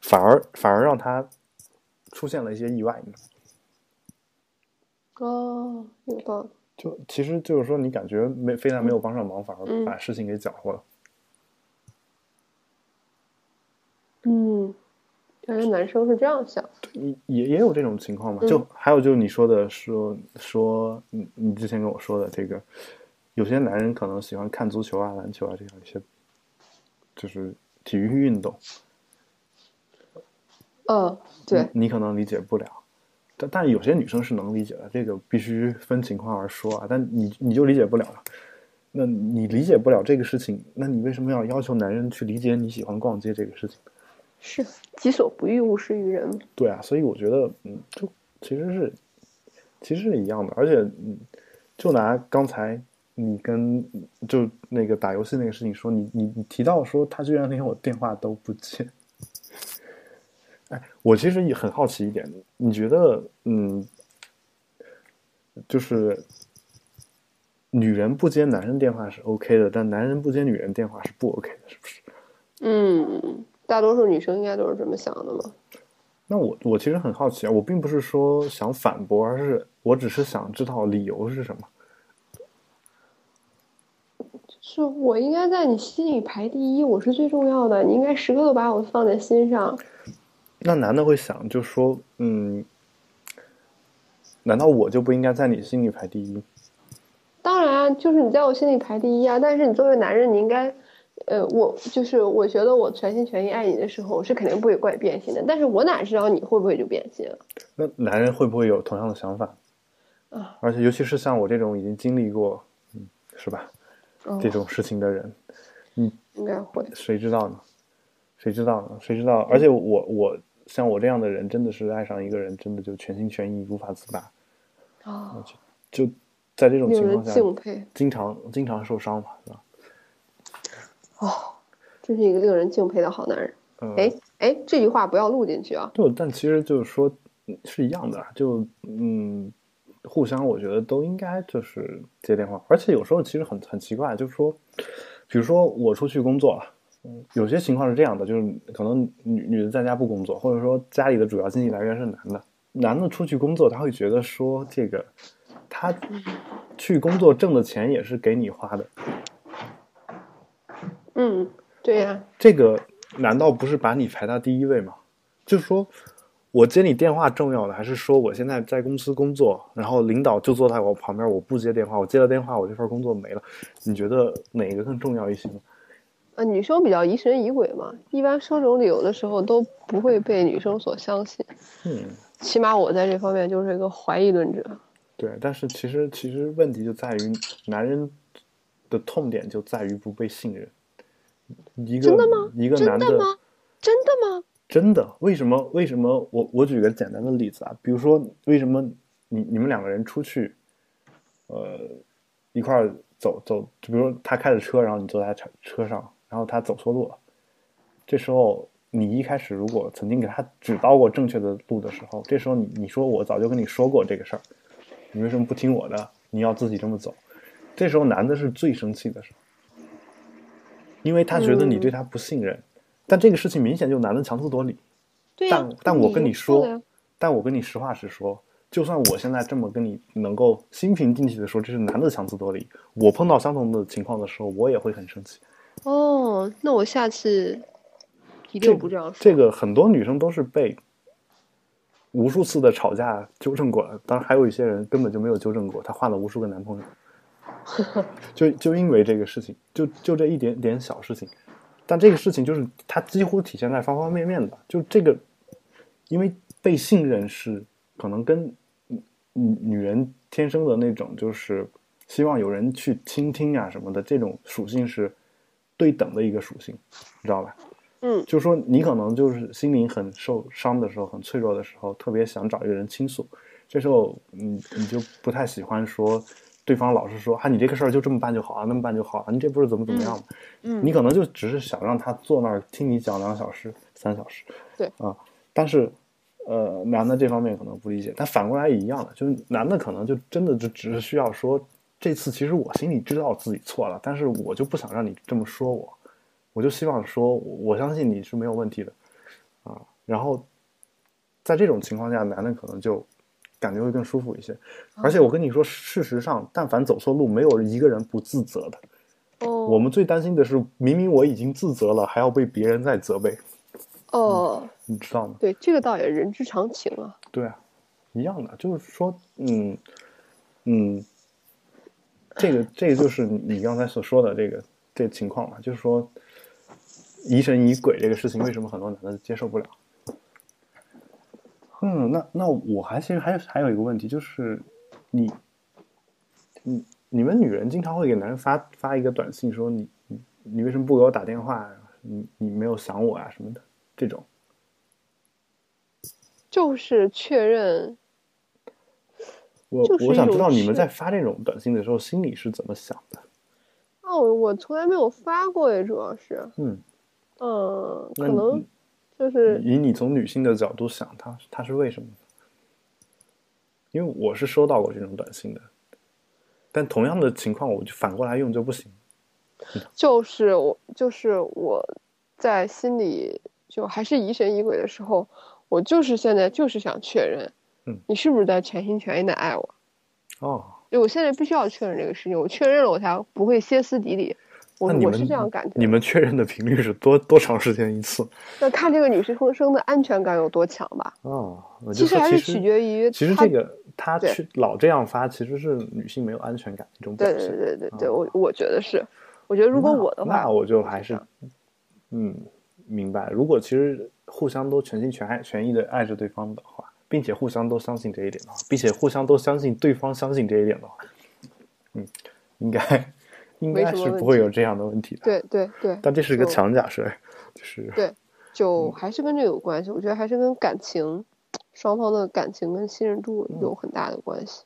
反而反而让他出现了一些意外，你知道吗哦，有道理。就其实就是说，你感觉没非但没有帮上忙，反而嗯把事情给搅和了。嗯，原来男生是这样想。也也也有这种情况嘛。嗯就还有就是你说的说说你你之前跟我说的这个，有些男人可能喜欢看足球啊、篮球啊这样一些，就是体育运动，嗯，对，你可能理解不了。但但有些女生是能理解的，这个必须分情况而说啊。但你你就理解不了了，那你理解不了这个事情，那你为什么要要求男人去理解你喜欢逛街这个事情？是己所不欲，勿施于人嘛。对啊，所以我觉得，嗯，就其实是其实是一样的，而且，嗯，就拿刚才你跟就那个打游戏那个事情说，你你你提到说他居然连我电话都不接，哎，我其实也很好奇一点，你觉得，嗯，就是女人不接男人电话是 OK 的，但男人不接女人电话是不 OK 的，是不是？嗯，大多数女生应该都是这么想的嘛。那我我其实很好奇啊，我并不是说想反驳，而是我只是想知道理由是什么。是我应该在你心里排第一，我是最重要的，你应该时刻都把我放在心上。那男的会想，就说，嗯，难道我就不应该在你心里排第一？当然啊，就是你在我心里排第一啊，但是你作为男人，你应该，呃，我就是我觉得我全心全意爱你的时候，我是肯定不会怪变心的。但是我哪知道你会不会就变心啊？那男人会不会有同样的想法？啊，而且尤其是像我这种已经经历过，嗯，是吧？嗯这种事情的人，哦应该会。谁知道呢？谁知道呢？谁知道？而且我我像我这样的人，真的是爱上一个人，真的就全心全意无法自拔，啊，就在这种令情人况下，敬佩，经常经常受伤嘛，是吧？真是一个令人敬佩的好男人。嗯，哎哎，这句话不要录进去啊。就但其实就是说嗯是一样的啊，就嗯，互相我觉得都应该就是接电话，而且有时候其实很很奇怪，就是说，比如说我出去工作了。嗯，有些情况是这样的，就是可能女女的在家不工作，或者说家里的主要经济来源是男的，男的出去工作，他会觉得说这个他去工作挣的钱也是给你花的，嗯，对呀、这个难道不是把你排到第一位吗？就是说我接你电话重要的，还是说我现在在公司工作，然后领导就坐在我旁边，我不接电话，我接了电话，我这份工作没了？你觉得哪个更重要一些呢？呃，女生比较疑神疑鬼嘛，一般说这种理由的时候都不会被女生所相信。嗯，起码我在这方面就是一个怀疑论者。对。但是其实其实问题就在于男人的痛点就在于不被信任。一个真的吗一个真男的吗？真的吗？真的，为什么？为什么？我我举个简单的例子啊，比如说，为什么你你们两个人出去，呃，一块儿走走，就比如说他开着车，然后你坐在他车车上，然后他走错路了，这时候你一开始如果曾经给他指导过正确的路的时候，这时候你你说我早就跟你说过这个事儿，你为什么不听我的？你要自己这么走，这时候男的是最生气的时候，因为他觉得你对他不信任。但这个事情明显就男的强词夺理，对呀、但但我跟你已经说了呀，但我跟你实话实说，就算我现在这么跟你能够心平静气的说这是男的强词夺理，我碰到相同的情况的时候，我也会很生气。哦，那我下次一这定不这样说。这个很多女生都是被无数次的吵架纠正过来，当然还有一些人根本就没有纠正过，她换了无数个男朋 友，就就因为这个事情，就就这一点点小事情，但这个事情就是它几乎体现在方方面面的，就这个，因为被信任是可能跟女女人天生的那种就是希望有人去倾听啊什么的这种属性是对等的一个属性，你知道吧？嗯就说你可能就是心灵很受伤的时候，很脆弱的时候，特别想找一个人倾诉，这时候你你就不太喜欢说对方老是说啊，你这个事儿就这么办就好啊，那么办就好啊，你这不是怎么怎么样吗？嗯，你可能就只是想让他坐那儿听你讲两小时、三小时，对啊，但是呃，男的这方面可能不理解，但反过来也一样的，就是男的可能就真的就只是需要说，这次其实我心里知道自己错了，但是我就不想让你这么说我，我就希望说，我相信你是没有问题的，啊，然后在这种情况下，男的可能就感觉会更舒服一些，而且我跟你说，事实上，但凡走错路，没有一个人不自责的。哦，我们最担心的是，明明我已经自责了，还要被别人再责备，哦，你知道吗？对，这个倒也人之常情啊。对啊，一样的，就是说，嗯嗯，这个这个就是你刚才所说的这个这情况嘛，就是说疑神疑鬼这个事情，为什么很多男的接受不了？嗯，那那我还其实还有还有一个问题，就是你你你们女人经常会给男人发发一个短信说你你你为什么不给我打电话呀、你你没有想我啊什么的这种。就是确认，我就是我一想知种道你们是在发这种短信的时候心里是怎么想的。哦，我从来没有发过诶，主要是，嗯，嗯，那可能就是以你从女性的角度想，她她是为什么？因为我是收到过这种短信的，但同样的情况，我就反过来用就不行。就是我就是我在心里就还是疑神疑鬼的时候，我就是现在就是想确认，嗯你是不是在全心全意的爱我？哦，对我现在必须要确认这个事情，我确认了我才不会歇斯底里。我那你我们是这样感觉的，你们确认的频率是多多长时间一次？那看这个女生生的安全感有多强吧。哦，我就其实说还其是实取决于其实她这个她对去老这样发，其实是女性没有安全感的一种表对现。对对对对，啊我我觉得是，我觉得如果我的那，话那，我就还是这样，嗯，明白。如果其实互相都全心全爱、全意的爱着对方的话，并且互相都相信这一点的话，并且互相都相信对方相信这一点的话，嗯，应该应没该什么是问不会题有这样的问题的。对对对，但这是一个就强嗯假设，就是对就还是跟这个有关系。我觉得还是跟感情，双方的感情跟信任度嗯有很大的关系。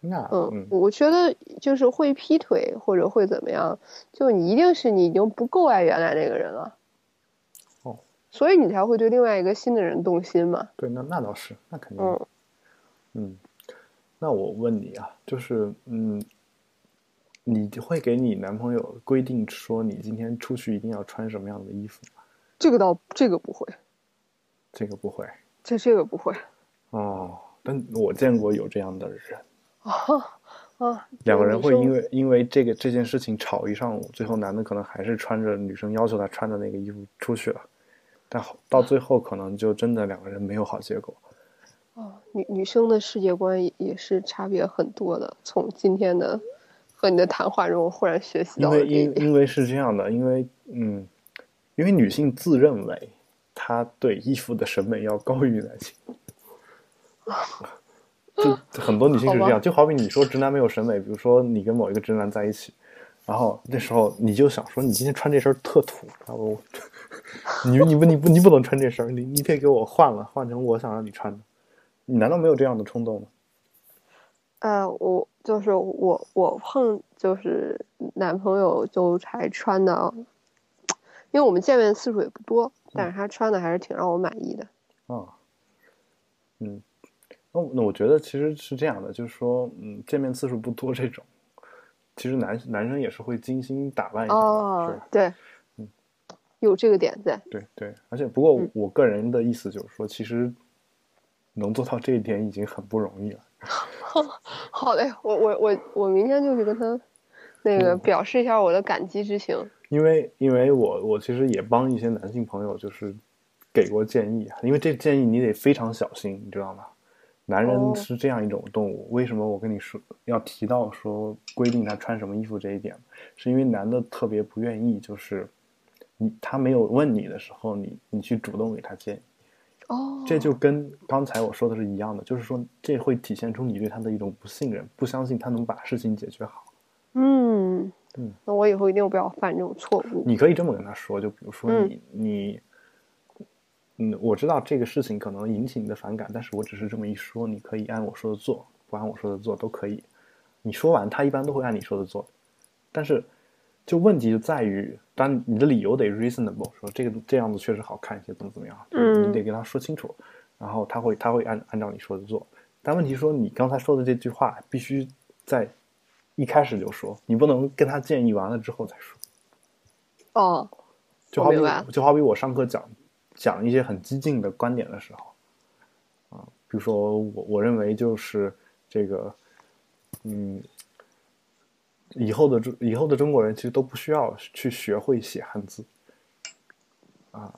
那嗯嗯，我觉得就是会劈腿或者会怎么样，就你一定是你已经不够爱原来那个人了，哦，所以你才会对另外一个新的人动心嘛。对，那那倒是，那肯定的嗯，嗯，那我问你啊，就是嗯，你会给你男朋友规定说你今天出去一定要穿什么样的衣服吗？这个倒这个不会，这个不会这这个不会哦，但我见过有这样的人，啊啊，两个人会因为为因为这个这件事情吵一上午，最后男的可能还是穿着女生要求他穿的那个衣服出去了，但好到最后可能就真的两个人没有好结果。啊，女女生的世界观也也是差别很多的。从今天的和你的谈话中，我忽然学习因到了为这一因点。因为是这样的，因为嗯，因为女性自认为她对衣服的审美要高于男 性，就很多女性是这好样，就好比你说直男没有审美，比如说你跟某一个直男在一起，然后那时候你就想说你今天穿这身儿特土，然后我 你你不你不你不能穿这身儿，你你得给我换了，换成我想让你穿的，你难道没有这样的冲动吗？呃，我就是我我碰就是男朋友就还穿的，因为我们见面次数也不多，嗯但是他穿的还是挺让我满意的。啊，嗯，那我那我觉得其实是这样的，就是说，嗯，见面次数不多这种，其实男男生也是会精心打扮一下的，哎是嗯哦吧，对，有这个点在。对对，而且不过嗯我个人的意思就是说，其实能做到这一点已经很不容易了。好嘞，我我我我明天就去跟他嗯那个表示一下我的感激之情。因为因为我我其实也帮一些男性朋友就是给过建议啊，因为这建议你得非常小心，你知道吗？男人哦是这样一种动物，为什么我跟你说要提到说规定他穿什么衣服这一点，是因为男的特别不愿意，就是你他没有问你的时候，你你去主动给他建议，哦，这就跟刚才我说的是一样的，就是说这会体现出你对他的一种不信任，不相信他能把事情解决好。嗯嗯，那我以后一定不要犯这种错误。你可以这么跟他说，就比如说你、你，嗯，我知道这个事情可能引起你的反感，但是我只是这么一说，你可以按我说的做，不按我说的做都可以。你说完，他一般都会按你说的做，但是就问题就在于，当然你的理由得 reasonable，说这个这样子确实好看一些，怎么怎么样，就是你嗯得给他说清楚，然后他会他会按按照你说的做。但问题说你刚才说的这句话必须在一开始就说，你不能跟他建议完了之后再说。哦，就我好比明白就好比我上课讲讲一些很激进的观点的时候，啊，比如说我我认为就是这个，嗯，以后的中以后的中国人其实都不需要去学会写汉字，啊，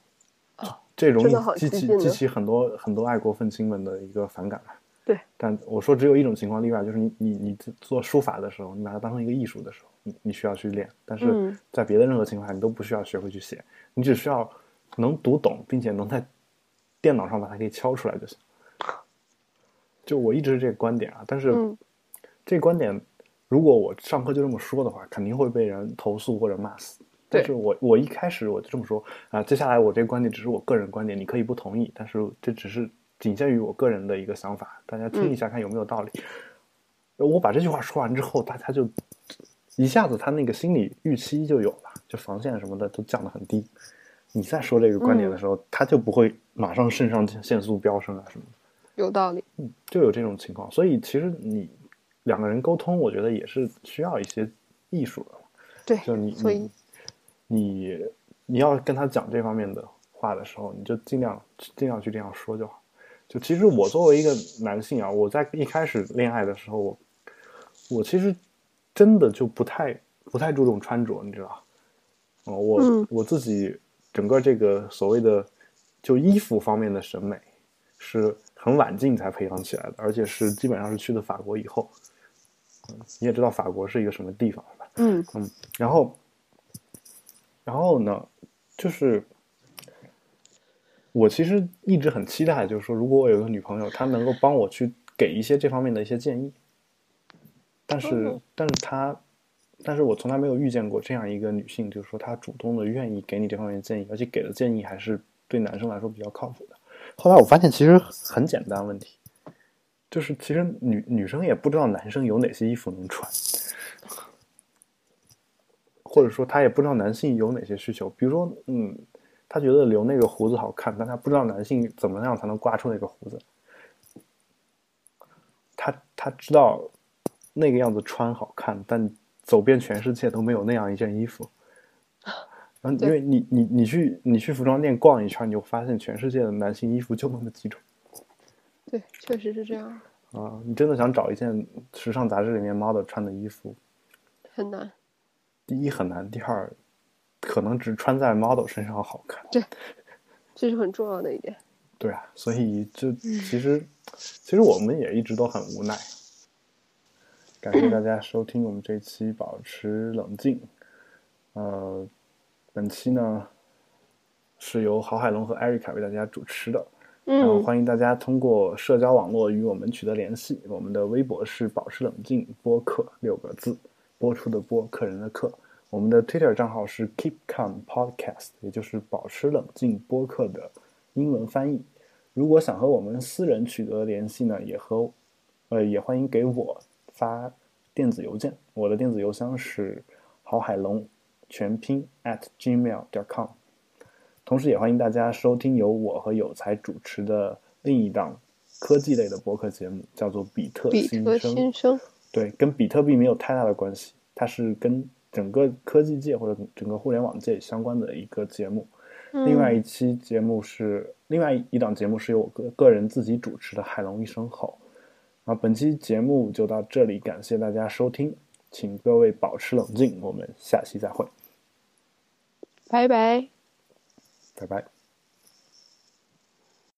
这容真的哦好易激激起进激呢起很多很多爱国愤青们的一个反感。对，但我说只有一种情况例外，就是你你你做书法的时候，你把它当成一个艺术的时候，你你需要去练，但是嗯在别的任何情况下，你都不需要学会去写，你只需要能读懂，并且能在电脑上把它给敲出来就行。就我一直是这个观点啊，但是嗯这个观点，如果我上课就这么说的话，肯定会被人投诉或者骂死。对但是我我一开始我就这么说啊、接下来我这个观点只是我个人观点，你可以不同意，但是这只是仅限于我个人的一个想法，大家听一下看有没有道理。我把这句话说完之后，大家就一下子他那个心理预期就有了，就防线什么的都降得很低。你再说这个观点的时候，他就不会马上肾上腺素飙升啊什么的。有道理。嗯，就有这种情况。所以其实你两个人沟通，我觉得也是需要一些艺术的。对，就你所以你你你要跟他讲这方面的话的时候，你就尽量尽量去这样说就好。就其实我作为一个男性啊，我在一开始恋爱的时候，我我其实真的就不太不太注重穿着，你知道？嗯，我、嗯我自己整个这个所谓的就衣服方面的审美是很晚近才培养起来的，而且是基本上是去了法国以后。嗯你也知道法国是一个什么地方吧？嗯然后，然后呢，就是我其实一直很期待，就是说，如果我有个女朋友，她能够帮我去给一些这方面的一些建议。但是哦，但是她，但是我从来没有遇见过这样一个女性，就是说她主动的愿意给你这方面的建议，而且给的建议还是对男生来说比较靠谱的。后来我发现，其实很简单问题，就是其实女女生也不知道男生有哪些衣服能穿。或者说他也不知道男性有哪些需求，比如说，嗯，他觉得留那个胡子好看，但他不知道男性怎么样才能刮出那个胡子。他他知道那个样子穿好看，但走遍全世界都没有那样一件衣服。然后，因对为你你你去你去服装店逛一圈，你就发现全世界的男性衣服就那么几种对，确实是这样，啊！你真的想找一件时尚杂志里面 model 穿的衣服，很难。第一很难，第二可能只穿在 model 身上好看。这是很重要的一点。对啊，所以就其实，其实我们也一直都很无奈。感谢大家收听我们这一期《保持冷静》。呃，本期呢是由郝海龙和艾瑞卡为大家主持的。然后嗯，欢迎大家通过社交网络与我们取得联系。我们的微博是“保持冷静播客”六个字，播出的播，客人的客。我们的 Twitter 账号是 Keep Calm Podcast，也就是“保持冷静播客”的英文翻译。如果想和我们私人取得联系呢，也和呃也欢迎给我发电子邮件，我的电子邮箱是郝海龙全拼 at gmail.com。同时也欢迎大家收听由我和有才主持的另一档科技类的播客节目，叫做《比特比新特生》。新生，对，跟比特币没有太大的关系，它是跟整个科技界或者整个互联网界相关的一个节目。另嗯外一期节目是另外一档节目是由我个个人自己主持的《海龙一声吼》。啊，本期节目就到这里，感谢大家收听，请各位保持冷静，我们下期再会，拜拜，拜拜。